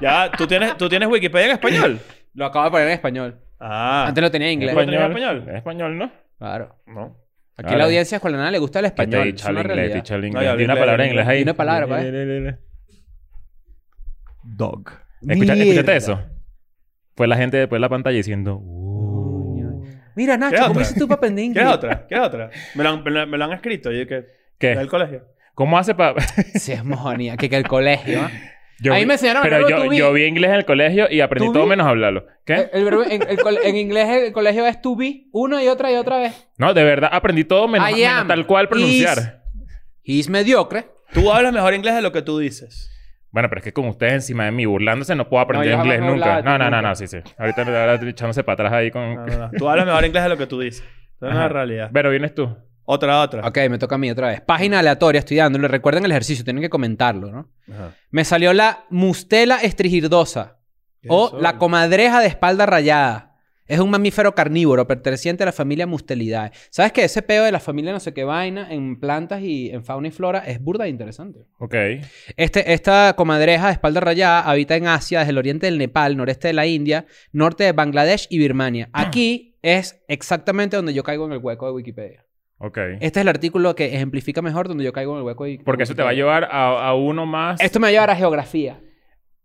ya, ¿tú tienes, tú tienes Wikipedia en español.
lo acabo de poner en español.
Ah,
Antes lo tenía en inglés.
Bueno. ¿Lo tenías
español.
español?
Es español, ¿no?
Claro.
no.
Aquí
Claro.
la audiencia escuela le gusta el
Que te
español.
dicha
es
el
una
inglés, te
realidad.
dicha el
No, ya
inglés. Di una
hablé
palabra en
inglés.
inglés ahí.
Di una palabra, pues. pa'
Dog.
Escucha-
Mierda.
¿Escuchaste eso? Fue la gente después de la pantalla diciendo... "Uh".
Coño. Mira, Nacho,
¿Quieres
¿cómo
otra?
hiciste tú para aprender inglés?
¿Quieres otra? ¿Quieres otra? Me lo han, me lo, me lo han escrito, yo que
¿Qué?
del colegio.
¿Cómo hace para...?
Sí, es mojonía. Que, que el colegio. ¿ah?
Yo
Ahí
vi-
me enseñaron
Pero
algo,
yo,
tú vi.
yo vi inglés en el colegio y aprendí
¿Tú
todo
vi? Eh,
menos hablarlo. ¿Qué?
El- el verbo- en, el col- en inglés el colegio es to be una y otra y otra vez.
No, de verdad aprendí todo menos,
I
menos
am
tal cual pronunciar.
is- He's mediocre.
Tú hablas mejor inglés de lo que tú dices.
Bueno, pero es que con ustedes encima de mí burlándose no puedo aprender
yo jamás
inglés
me
nunca.
burlaba de ti
No, no, no,
nunca. Ah.
no, sí, sí. Ahorita ahora estoy echándose para atrás ahí con.
No, no, no. Tú hablas mejor inglés de lo que tú dices. No es una
Ajá.
realidad.
Pero vienes tú.
Otra, otra.
Ok, me toca a mí otra vez. Página aleatoria, estoy dándole. Recuerden el ejercicio, tienen que comentarlo, ¿no?
Ajá.
Me salió la mustela estrigirdosa o
Eso.
la comadreja de espalda rayada. Es un mamífero carnívoro perteneciente a la familia Mustelidae. ¿Sabes que ese peo de la familia no sé qué vaina en plantas y en fauna y flora es burda e interesante?
Ok.
Este, esta comadreja de espalda rayada habita en Asia, desde el oriente del Nepal, noreste de la India, norte de Bangladesh y Birmania. Aquí es exactamente donde yo caigo en el hueco de Wikipedia.
Ok.
Este es el artículo que ejemplifica mejor donde yo caigo en el hueco de Wikipedia.
Porque eso te va a llevar a, a uno más.
Esto me va a llevar a geografía.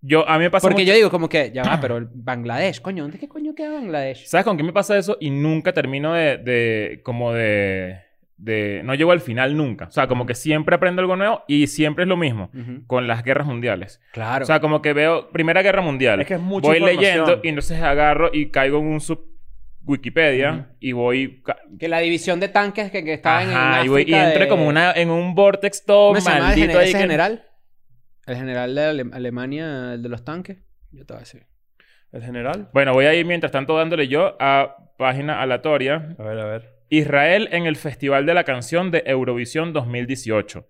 Yo, a mí me pasa
Porque
mucho-
yo digo como que, ya va, pero el Bangladesh, coño, ¿dónde qué coño queda Bangladesh?
¿Sabes con qué me pasa eso? Y nunca termino de. de como de. de no llego al final nunca. O sea, como que siempre aprendo algo nuevo y siempre es lo mismo.
Ujú.
Con las guerras mundiales.
Claro.
O sea, como que veo Primera Guerra Mundial.
Es que es mucha
voy
información.
leyendo y entonces agarro y caigo en un sub Wikipedia
Ujú.
y voy ca-
que la división de tanques que, que estaban en
Ajá, y,
África
voy- y entré
de-
como una, en un vortex todo
¿Cómo se llamaba el
maldito
gener-
ahí.
ese
que-
general? El general de Ale- Alemania, el de los tanques. Yo te voy a decir.
El general.
Bueno, voy a ir mientras tanto dándole yo a página aleatoria.
A ver, a ver.
Israel en el Festival de la Canción de Eurovisión 2018.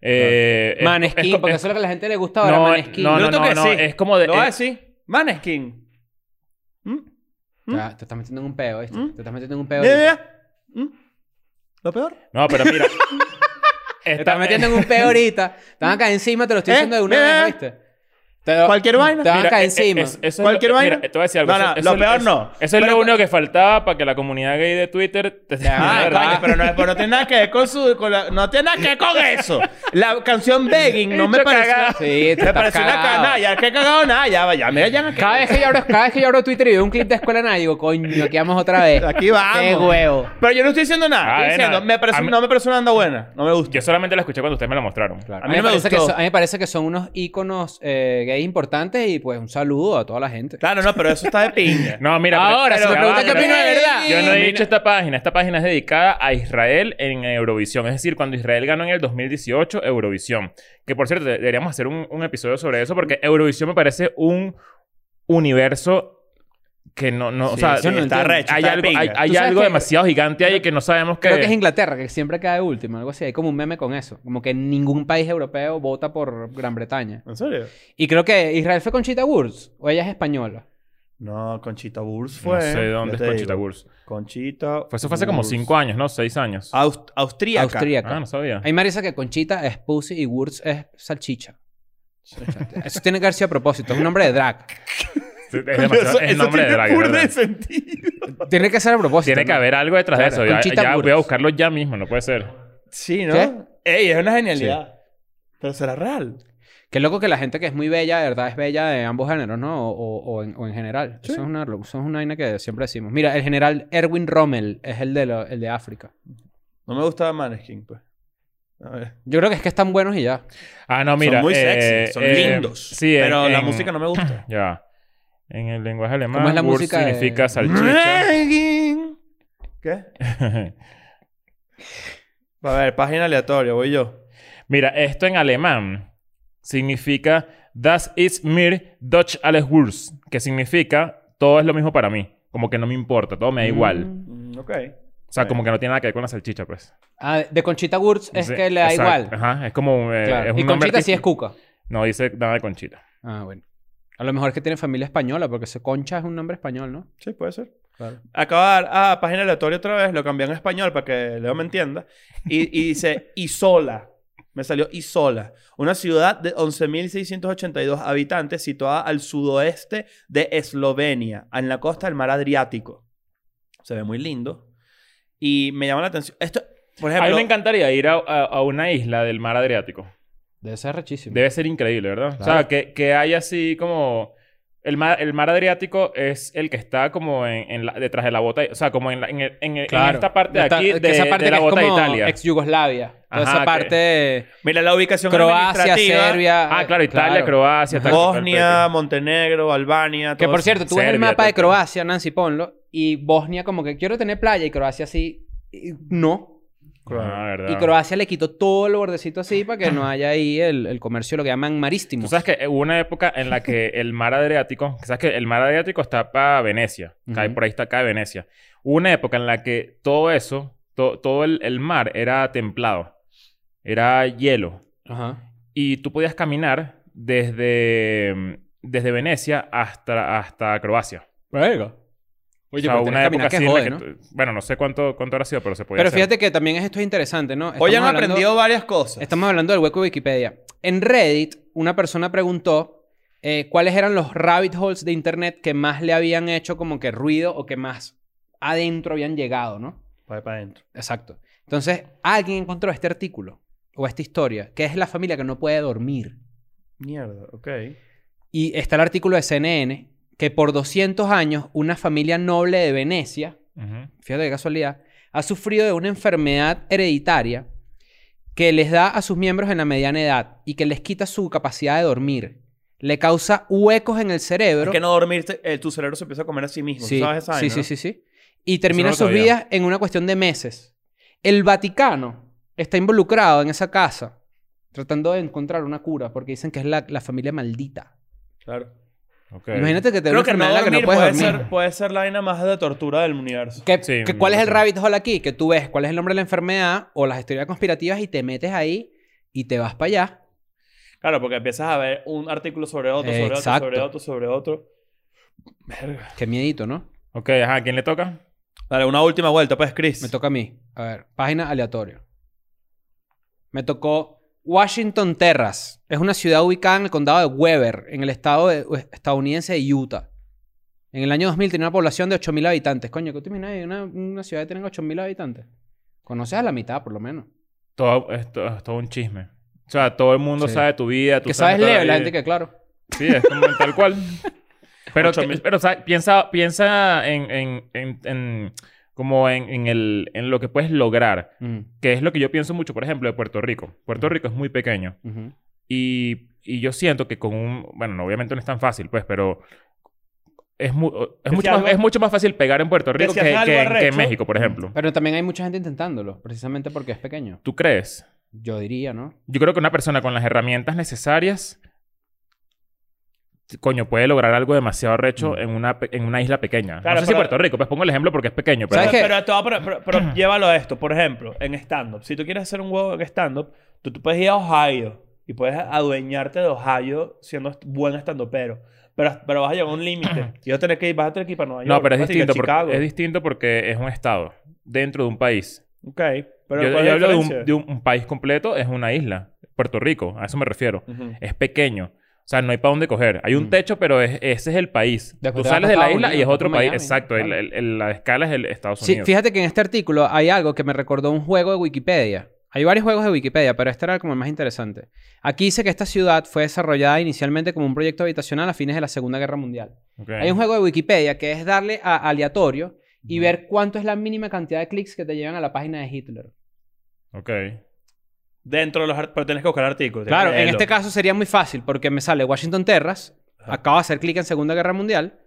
Eh, es-
Maneskin,
es-
porque
es-
eso es lo que la gente le gusta ahora,
no,
Maneskin.
no, no,
Yo creo
no,
que
no,
sí.
es como de... eh,
Lo voy a
es-
decir. Maneskin. ¿Mm?
O sea, te estás metiendo en un peo, ¿viste?
¿Mm?
Te estás metiendo en un peo.
Mira,
ahorita.
mira. ¿Mm? ¿Lo peor?
no, pero mira. eh,
Te estás metiendo en un peo ahorita. Te van a caer encima, te lo estoy
¿Eh?
diciendo de una
Mira.
vez, ¿viste? Te lo-
Cualquier vaina.
Te van a
Mira,
caer
eh, eh,
encima.
es- eso es
Cualquier
lo-
vaina.
Mira, te voy a decir algo.
No, no,
eso-
lo
eso-
peor
eso-
no.
Eso es
Pero-
lo único que faltaba para que la comunidad gay de Twitter te
Ah,
¿verdad?
coño, pero no, pero no tiene nada que ver con su... con la- no tiene nada que ver con eso. La canción Begging no me
Hecho
parece...
cagada.
Sí, te
Me
estás
parece una
cagado.
canalla. ¿Qué cagado? Nada, ya, ya me ya me-
Cada vez, que yo abro, cada vez que yo abro Twitter y veo un clip de escuela nada, digo, coño, aquí vamos otra vez.
Aquí vamos.
¡Qué huevo!
Pero yo no estoy diciendo nada.
Ah,
Estoy
bueno,
diciendo, me parece,
a mí-
no me parece una onda buena. No me gusta.
Yo solamente la escuché cuando ustedes me la mostraron.
Claro.
A
A
mí no
mí, me
me
parece que
gustó.
son, a mí me parece que son unos íconos eh, gays importantes y pues un saludo a toda la gente.
Claro, no, pero eso está de piña.
No, mira.
Ahora,
pero-
si me
pero-
preguntas qué
pero-
opino de verdad.
Yo no he
Mira.
dicho esta página. Esta página es dedicada a Israel en Eurovisión. Es decir, cuando Israel ganó en el 2018 Eurovisión. Que por cierto, de- deberíamos hacer un, un episodio sobre eso porque Eurovisión me parece un universo que no... no o
Sí,
sea,
sí,
no
está
entiendo.
recho,
hay
está de
algo,
pinga.
hay, hay
¿Tú sabes
algo
qué?
demasiado gigante ahí que no sabemos qué...
Creo que es Inglaterra, que siempre cae último, algo así. Hay como un meme con eso. Como que ningún país europeo vota por Gran Bretaña.
¿En serio?
Y creo que Israel fue Conchita Wurst, o ella es española.
No, Conchita Wurst fue.
no
eh.
sé dónde
ya
es
te
Conchita
digo.
Wurst.
Conchita.
Fue eso fue hace como
Wurst.
cinco años, ¿no? Seis años.
Ah,
Aust- austríaca.
Austríaca.
Ah, no sabía.
Hay Marisa que Conchita es pussy y Wurst es salchicha. O sea, Eso tiene que haber sido a propósito. Es un nombre de drag.
Sí, Es demasiado-
Eso-
es
eso
nombre de
tiene
drag,
burda
¿verdad?
de sentido.
Tiene que ser a propósito.
Tiene que
¿no?
haber algo detrás
Claro,
de eso. Ya-
Conchita
Ya, voy a
Wurst.
buscarlo ya mismo, no puede ser.
Sí, ¿no?
¿Qué?
Ey, es una genialidad. Pero será real.
Qué loco que la gente que es muy bella, de verdad, es bella de ambos géneros, ¿no? O, o- o en, o en general. Eso, es una, lo- eso es una vaina que siempre decimos. Mira, el general Erwin Rommel es el de, lo- el de África.
No me gustaba Maneskin, pues. A ver.
Yo creo que es que están buenos y ya.
Ah, no, mira.
son muy
eh,
sexy, son
eh,
lindos.
Sí,
pero
en-
la
en-
música no me gusta.
Ya. va. En el lenguaje alemán,
¿Cómo es la
Wurst
música de-
significa salchicha.
Maneskin. ¿Qué? A ver, página aleatoria, voy yo.
mira, esto en alemán significa Das ist mir Deutsch alles Wurst, que significa todo es lo mismo para mí. Como que no me importa, todo me da igual.
Mm.
Mm, ok.
O sea, como que no tiene nada que ver con la salchicha, pues.
Ah, de Conchita Wurst es
Sí,
que le da
exacto.
igual.
Ajá, es como. eh,
Claro.
es un
y
nombre
Conchita sí es
artístico.
Cuca.
No, dice nada de Conchita.
Ah, bueno. A lo mejor es que tiene familia española, porque ese Concha es un nombre español, ¿no?
Sí, puede ser.
Claro.
Acabar ah, página aleatoria otra vez, lo cambié en español para que Leo me entienda. Y, y dice Isola. Me salió Isola, una ciudad de 11.682 habitantes situada al sudoeste de Eslovenia, en la costa del mar Adriático. Se ve muy lindo. Y me llama la atención. Esto, por
A mí
ejemplo,
me encantaría ir a, a- a una isla del mar Adriático.
Debe ser rechísimo.
Debe ser increíble, ¿verdad? O sea,
Claro.
que, que hay así como... El mar, el mar Adriático es el que está como en, en la- detrás de la bota... O sea, como en, la- en el- en el- en
Claro.
esta parte de
Esta-
aquí, de,
que esa parte
de la
que
bota
es
de
como
Italia.
Ex Yugoslavia. Toda
Ajá,
esa
que-
parte. de
mira la ubicación
Croacia,
administrativa.
Serbia.
Ah,
eh,
claro. Italia,
claro.
Croacia... tal-
Bosnia, Montenegro, Albania.
Que
todo
por
eso.
cierto, tú ves el
Serbia,
mapa de
todo.
Croacia, Nancy, ponlo. Y Bosnia, como que quiero tener playa, y Croacia sí. y- no.
Ah, verdad.
Y Croacia le quitó todo el bordecito así para que no haya ahí el, el comercio, lo que llaman marítimo.
Tú sabes que eh, hubo una época en la que el mar Adriático, sabes que el mar Adriático está para Venecia, cae,
Ujú.
por ahí está acá Venecia. Hubo una época en la que todo eso, to- todo el, el mar era templado, era hielo.
Ajá.
Y tú podías caminar desde, desde Venecia hasta, hasta Croacia.
Oye,
O sea,
pero tenés que
época
caminar que
así en
jode,
la
¿no?
que tú- Bueno, no sé cuánto, cuánto habrá sido, pero se podía
Pero
hacer.
fíjate que también esto es interesante, ¿no?
Hoy
Estamos
han
hablando-
aprendido varias cosas.
Estamos hablando del hueco de Wikipedia. En Reddit, una persona preguntó eh, cuáles eran los rabbit holes de internet que más le habían hecho como que ruido o que más adentro habían llegado, ¿no?
Para, para adentro.
Exacto. Entonces, alguien encontró este artículo o esta historia, que es la familia que no puede dormir.
Mierda, ok.
Y está el artículo de CNN, que por 200 años una familia noble de Venecia
Ujú.
fíjate qué casualidad, ha sufrido de una enfermedad hereditaria que les da a sus miembros en la mediana edad y que les quita su capacidad de dormir. Le causa huecos en el cerebro.
Es que no dormirte, eh, tu cerebro se empieza a comer a sí mismo.
sí,
¿Tú sabes esa
sí,
vaina,
sí,
no?
sí, sí. Y termina
no lo
sus
sabía.
vidas en una cuestión de meses. El Vaticano está involucrado en esa casa tratando de encontrar una cura porque dicen que es la, la familia maldita.
Claro.
Ok.
Imagínate que te da una
Creo que no
enfermedad en la
dormir
que no
puede,
puedes dormir.
Ser, puede ser la vaina más de tortura del universo.
¿Qué-
Sí,
qué- ¿Cuál
me
es el
parece.
rabbit hole aquí? Que tú ves cuál es el nombre de la enfermedad o las teorías conspirativas y te metes ahí y te vas para allá.
Claro, porque empiezas a ver un artículo sobre otro, sobre
Exacto.
otro, sobre otro, sobre otro. Verga.
Qué miedito, ¿no?
Ok, ajá, ¿quién le toca?
Dale, una última vuelta, pues, Chris.
Me toca a mí. A ver, página aleatoria. Me tocó Washington Terras. Es una ciudad ubicada en el condado de Weber, en el estado de- estadounidense de Utah. En el año 2000 tenía una población de 8.000 habitantes. Coño, ¿qué te imaginas? de Una, una ciudad que tiene 8.000 habitantes. Conoces a la mitad, por lo menos.
Todo, es, to- es todo un chisme. O sea, todo el mundo
Sí.
sabe tu vida. Tú
que sabes
toda
leer, la
vida.
gente que, claro.
Sí, es como tal cual. Pero,
Ocho
que-
mil.
pero o sea, piensa, piensa en, en, en, en- como en, en el, en lo que puedes lograr,
Mm,
que es lo que yo pienso mucho, por ejemplo, de Puerto Rico. Puerto Rico es muy pequeño
ujú.
y Y yo siento que con un... Bueno, no, obviamente no es tan fácil, pues, pero... Es, mu- es,
si
mucho más,
algo-
es mucho más fácil pegar en Puerto Rico
si
que,
haces algo
que en- que en
arrecho-
México, por ejemplo.
Pero también hay mucha gente intentándolo, precisamente porque es pequeño.
¿Tú crees?
Yo diría, ¿no?
Yo creo que una persona con las herramientas necesarias, coño, puede lograr algo demasiado recho
Mm.
en, una, pe- en una isla pequeña. no
Claro,
sé si
pero-
Puerto Rico, pues pongo el ejemplo porque es pequeño. Pero
¿Sabes qué?
Pero, pero, te voy a poner- pero- pero llévalo a esto. Por ejemplo, en stand-up. Si tú quieres hacer un huevo en stand-up, tú, tú puedes ir a Ohio y puedes adueñarte de Ohio siendo est- buen stand-upero. Pero, pero vas a llegar a un límite. y vas a tener que ir, vas a tener que ir para Nueva York.
no, pero es
vas a tener que ir a
distinto, porque,
Chicago.
es distinto porque es un estado dentro de un país.
Ok. Pero
yo
¿cuál es
yo
la
hablo de un,
diferencia?
de un- un país completo, es una isla. Puerto Rico, a eso me refiero.
Ujú.
Es pequeño. O sea, no hay para dónde coger. Hay un
Mm.
techo, pero es- ese es el país. Tú
Después te vas
sales
para
de la
Estados
isla y es
Unidos,
otro
para
país.
Miami,
Exacto. el-
claro.
el- el- la escala es el Estados
Sí,
Unidos.
fíjate que en este artículo hay algo que me recordó un juego de Wikipedia. Hay varios juegos de Wikipedia, pero este era como el más interesante. Aquí dice que esta ciudad fue desarrollada inicialmente como un proyecto habitacional a fines de la Segunda Guerra Mundial.
Ok.
Hay un juego de Wikipedia que es darle a aleatorio
Mm.
y ver cuánto es la mínima cantidad de clics que te llevan a la página de Hitler.
Ok.
Dentro de los... art- Pero tienes que buscar artículos. tienes que
Claro, en
leerlo.
este caso sería muy fácil porque me sale Washington Terras, acabo de hacer clic en Segunda Guerra Mundial,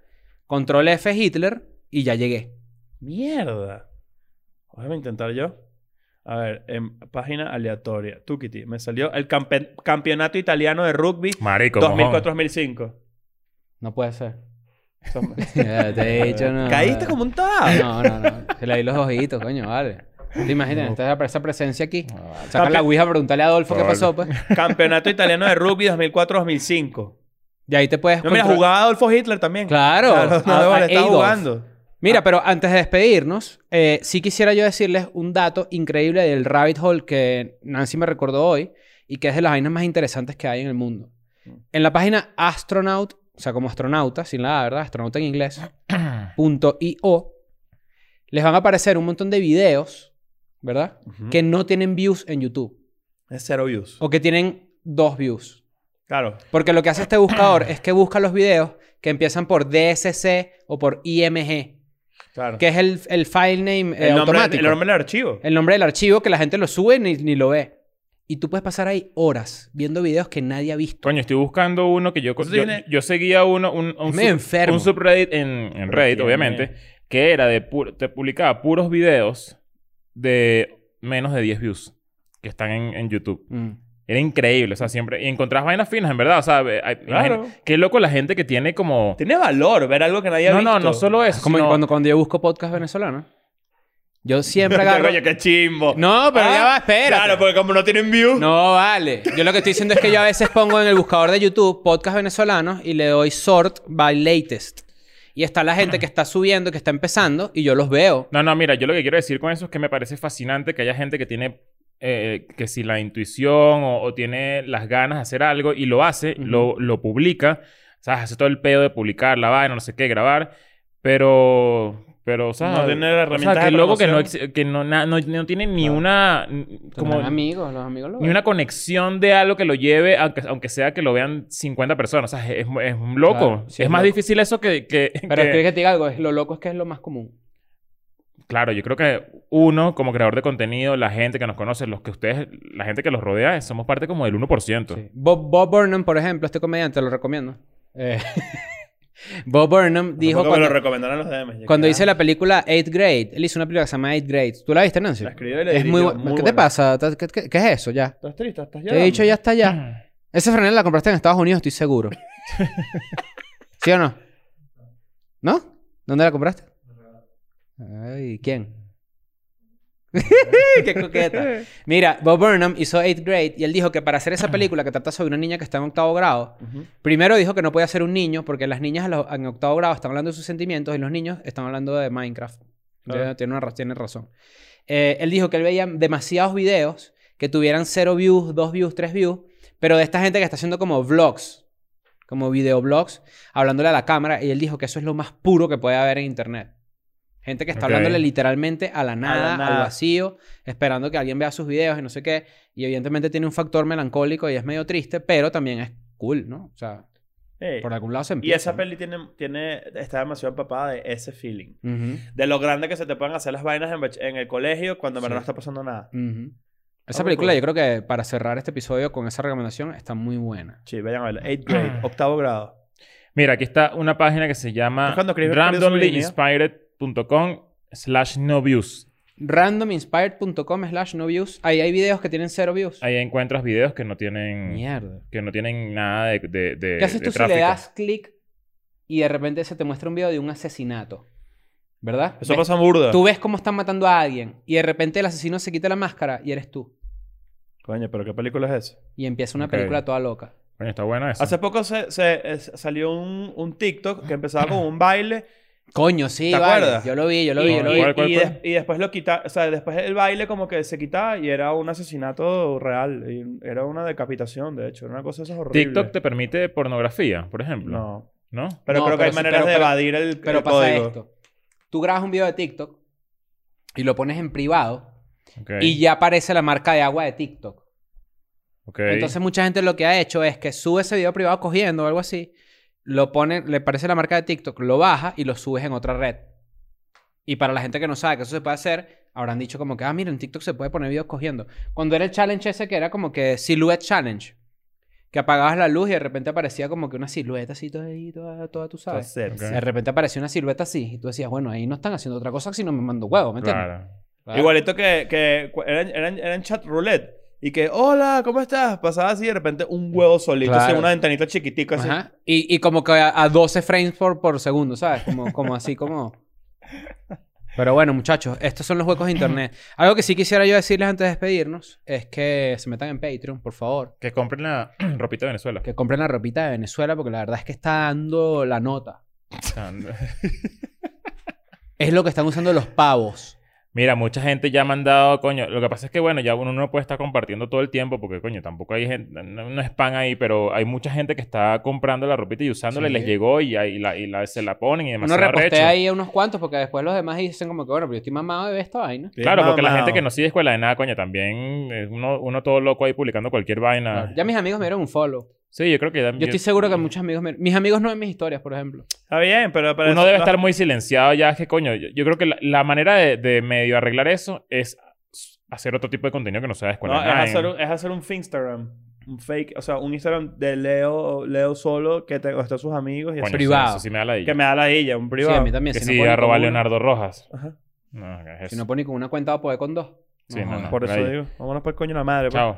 control F Hitler y ya llegué.
Mierda. Déjame intentar yo. A ver, en página aleatoria. Tukiti. Me salió el campe- campeonato italiano de rugby
Marico, mojón.
2004-2005.
No puede ser.
Eso-
Ya te he dicho, Eh, no.
Caíste como un tarado.
No, no, no. Se le di los ojitos, coño, vale. ¿Te imaginas? Esta- esa presencia aquí. Saca la ouija, preguntarle a Adolfo qué
Vale.
pasó, pues.
Campeonato italiano de rugby 2004-2005.
Y ahí te puedes...
No, mira,
control-
jugaba Adolfo Hitler también.
Claro.
no,
A-
vale,
a
estaba
Adolf.
jugando.
Mira, pero antes de despedirnos, eh, sí quisiera yo decirles un dato increíble del rabbit hole que Nancy me recordó hoy y que es de las vainas más interesantes que hay en el mundo. En la página astronaut, o sea, como astronauta, sin la A, ¿verdad? Astronauta en inglés, punto .io, les van a aparecer un montón de videos, ¿verdad?
Ujú.
Que no tienen views en YouTube
Es cero views.
o que tienen dos views.
Claro.
Porque lo que hace este buscador es que busca los videos que empiezan por DSC o por IMG,
Claro.
que es el, el file name eh,
el, nombre,
automático. Eh,
el nombre del archivo.
El nombre del archivo que la gente lo sube ni, ni lo ve. Y tú puedes pasar ahí horas viendo videos que nadie ha visto.
Coño, estoy buscando uno que yo...
Eso
Yo,
tiene-
yo seguía uno... Un, un,
Me enfermo.
un subreddit en, en Reddit,
tiene-
obviamente. Que era de... pu- te publicaba puros videos de menos de 10 views. Que están en, en YouTube.
Mm.
Era increíble. O sea, siempre... Y encontrás vainas finas, en verdad. O sea, ve- hay-
Claro.
imagina- qué loco la gente que tiene como...
Tiene valor ver algo que nadie ha
No,
visto.
no, no solo eso.
Es Ah, como
sino-
cuando, cuando yo busco podcast venezolano. Yo siempre agarro...
Coño, qué chimbo.
No, pero ya va, espérate.
Claro, pues. porque como no tienen views.
No, vale. Yo lo que estoy diciendo es que yo a veces pongo en el buscador de YouTube podcast venezolanos y le doy sort by latest. Y está la gente que está subiendo, que está empezando y yo los veo.
No, no, mira, yo lo que quiero decir con eso es que me parece fascinante que haya gente que tiene, eh, que si la intuición o, o tiene las ganas de hacer algo y lo hace,
Ujú.
lo, lo publica, ¿sabes? Hace todo el pedo de publicar, la vaina, no sé qué, grabar, pero... Pero, o sea,
No tiene las
o sea,
herramientas
que
de
luego que no,
promoción.
exi- que no, na- no, no tiene ni una n- como
Como amigos, los amigos lo
ni
ven.
una conexión de algo que lo lleve, aunque, aunque sea que lo vean 50 personas. O sea, es, es un loco.
Claro, sí,
es,
es
más
loco.
difícil eso que... que-
Pero
que-
creo que te diga algo, es- lo loco es que es lo más común.
Claro, yo creo que uno, como creador de contenido, la gente que nos conoce, los que ustedes, la gente que los rodea, eh, somos parte como del 1%.
Sí. Bob, Bob Burnham, por ejemplo, este comediante, lo recomiendo. Eh, Bob Burnham dijo
Tampoco me lo
cuando,
recomendaron los DMs.
cuando hice la película Eighth Grade, él hizo una película que se llama Eighth Grade. ¿Tú la viste, Nancy?
La escribió y la
es muy,
dirigió,
bu-
muy
¿Qué te
buena.
pasa? ¿Qué, qué- qué es eso ya?
¿Estás triste? ¿Estás
Te he dicho ya está ya. Esa franela la compraste en Estados Unidos, estoy seguro. ¿Sí o no? ¿No? ¿Dónde la compraste? Ay, ¿quién? ¡Qué coqueta! Mira, Bob Burnham hizo 8th grade y él dijo que para hacer esa película que trata sobre una niña que está en octavo grado, primero dijo que no podía ser un niño porque las niñas a los- en octavo grado están hablando de sus sentimientos y los niños están hablando de Minecraft.
Claro.
Tiene- Tiene, una ra- tiene razón. Eh, él dijo que él veía demasiados videos que tuvieran cero views, dos views, tres views, pero de esta gente que está haciendo como vlogs, como videoblogs, hablándole a la cámara, y él dijo que eso es lo más puro que puede haber en internet. Gente que está
Ok.
hablándole literalmente a la nada, al
nada.
vacío, esperando que alguien vea sus videos y no sé qué. Y evidentemente tiene un factor melancólico y es medio triste, pero también es cool, ¿no? O sea,
Ey,
por algún lado se
Eh, Y
empieza.
esa
¿no?
peli tiene, tiene, está demasiado empapada de ese feeling.
Ujú,
De lo grande que se te pueden hacer las vainas en, bach- en el colegio cuando en verdad no está pasando nada.
ujú. Esa película yo creo que para cerrar este episodio con esa recomendación está muy buena.
Sí, vayan a verla. Eighth
Ah.
grade, octavo grado.
Mira, aquí está una página que se llama
Es cuando escribes por eso
randomlyinspired.com slash no views.
Randominspired.com slash no views. Ahí hay videos que tienen cero views.
Ahí encuentras videos que no tienen...
Mierda.
Que no tienen nada de, de, de-
¿Qué haces
de
tú si
tráfico.
le das clic y de repente se te muestra un video de un asesinato? ¿Verdad?
Eso
Ves-
pasa burda.
Tú ves cómo están matando a alguien y de repente el asesino se quita la máscara y eres tú.
Coño, pero ¿qué película es esa?
Y empieza una
Ok.
película toda loca.
Coño, está buena esa.
Hace poco se, se- eh, salió un, un TikTok que empezaba con un baile
Coño, sí,
¿Te
vale.
acuerdas?
Yo lo vi, yo lo vi, yo lo vi.
¿Cuál, cuál,
y,
cuál?
des- y después lo quita, o sea, después el baile como que se quitaba y era un asesinato real. Y era una decapitación, de hecho. Era una cosa de esas horrible.
TikTok te permite pornografía, por ejemplo.
No.
¿No?
Pero
No,
creo que
pero
hay
sí,
maneras
pero-
de
pero-
evadir el,
Pero
el
pasa
código.
esto. Tú grabas un video de TikTok y lo pones en privado
Ok.
y ya aparece la marca de agua de TikTok.
Ok.
Entonces mucha gente lo que ha hecho es que sube ese video privado cogiendo o algo así, lo pone, le parece la marca de TikTok, lo baja y lo subes en otra red. Y para la gente que no sabe que eso se puede hacer, habrán dicho como que, ah, mira, en TikTok se puede poner videos cogiendo. Cuando era el challenge ese que era como que Silhouette Challenge, que apagabas la luz y de repente aparecía como que una silueta así, toda, ahí, toda, toda tú sabes.
Entonces,
Ok.
De repente aparecía una silueta así y tú decías, bueno, ahí no están haciendo otra cosa sino me mando huevo, ¿me entiendes?
Claro.
Claro.
Igualito que, que cu- eran, eran, eran chat roulette. Y que, hola, ¿cómo estás? Pasaba así de repente un huevo solito,
Claro.
así, una ventanita chiquitica así.
Ajá. Y, y como que a, a 12 frames por, por segundo, ¿sabes? Como, como así, como... Pero bueno, muchachos, estos son los huecos de internet. Algo que sí quisiera yo decirles antes de despedirnos es que se metan en Patreon, por favor.
Que compren la ropita de Venezuela.
Que compren la ropita de Venezuela porque la verdad es que está dando la nota. Es lo que están usando los pavos.
Mira, mucha gente ya ha mandado, coño. Lo que pasa es que, bueno, ya uno no puede estar compartiendo todo el tiempo porque, coño, tampoco hay gente, no, no es pan ahí, pero hay mucha gente que está comprando la ropita y usándola y
Sí.
les llegó y, ahí la, y la- se la ponen y demás.
Uno repostea ahí a unos cuantos porque después los demás dicen como que, bueno, pero yo estoy mamado de ver esta vaina.
Claro, porque la
Mamao.
gente que no sigue escuela de nada, coño, también eh, uno, uno todo loco ahí publicando cualquier vaina.
Ya mis amigos me dieron un follow.
Sí, yo creo que...
Yo estoy seguro que muchos amigos me... Mis amigos no ven mis historias, por ejemplo.
Está bien, pero... pero
Uno
eso-
debe
no-
estar muy silenciado ya, es que coño, yo, yo creo que la, la manera de, de medio arreglar eso es hacer otro tipo de contenido que no sea de escuela.
No,
de nada,
es hacer,
¿eh?
un, es hacer un Finstagram. Un fake, o sea, un Instagram de Leo, Leo solo que te, está sus amigos y
Coño,
así.
eso-
privado.
Eso, sí me da la idea.
Que me da la ella, un
Sí,
privado.
a mí también.
Que
si no
sí,
puedo ni
arroba
con una.
Rojas. Rojas.
Ajá.
No, ¿qué es eso?
Si no pone con una cuenta, va a poder con dos.
Sí, no, no,
Por eso pues.
ahí.
digo, vámonos para el coño de la madre. pues.
Chao.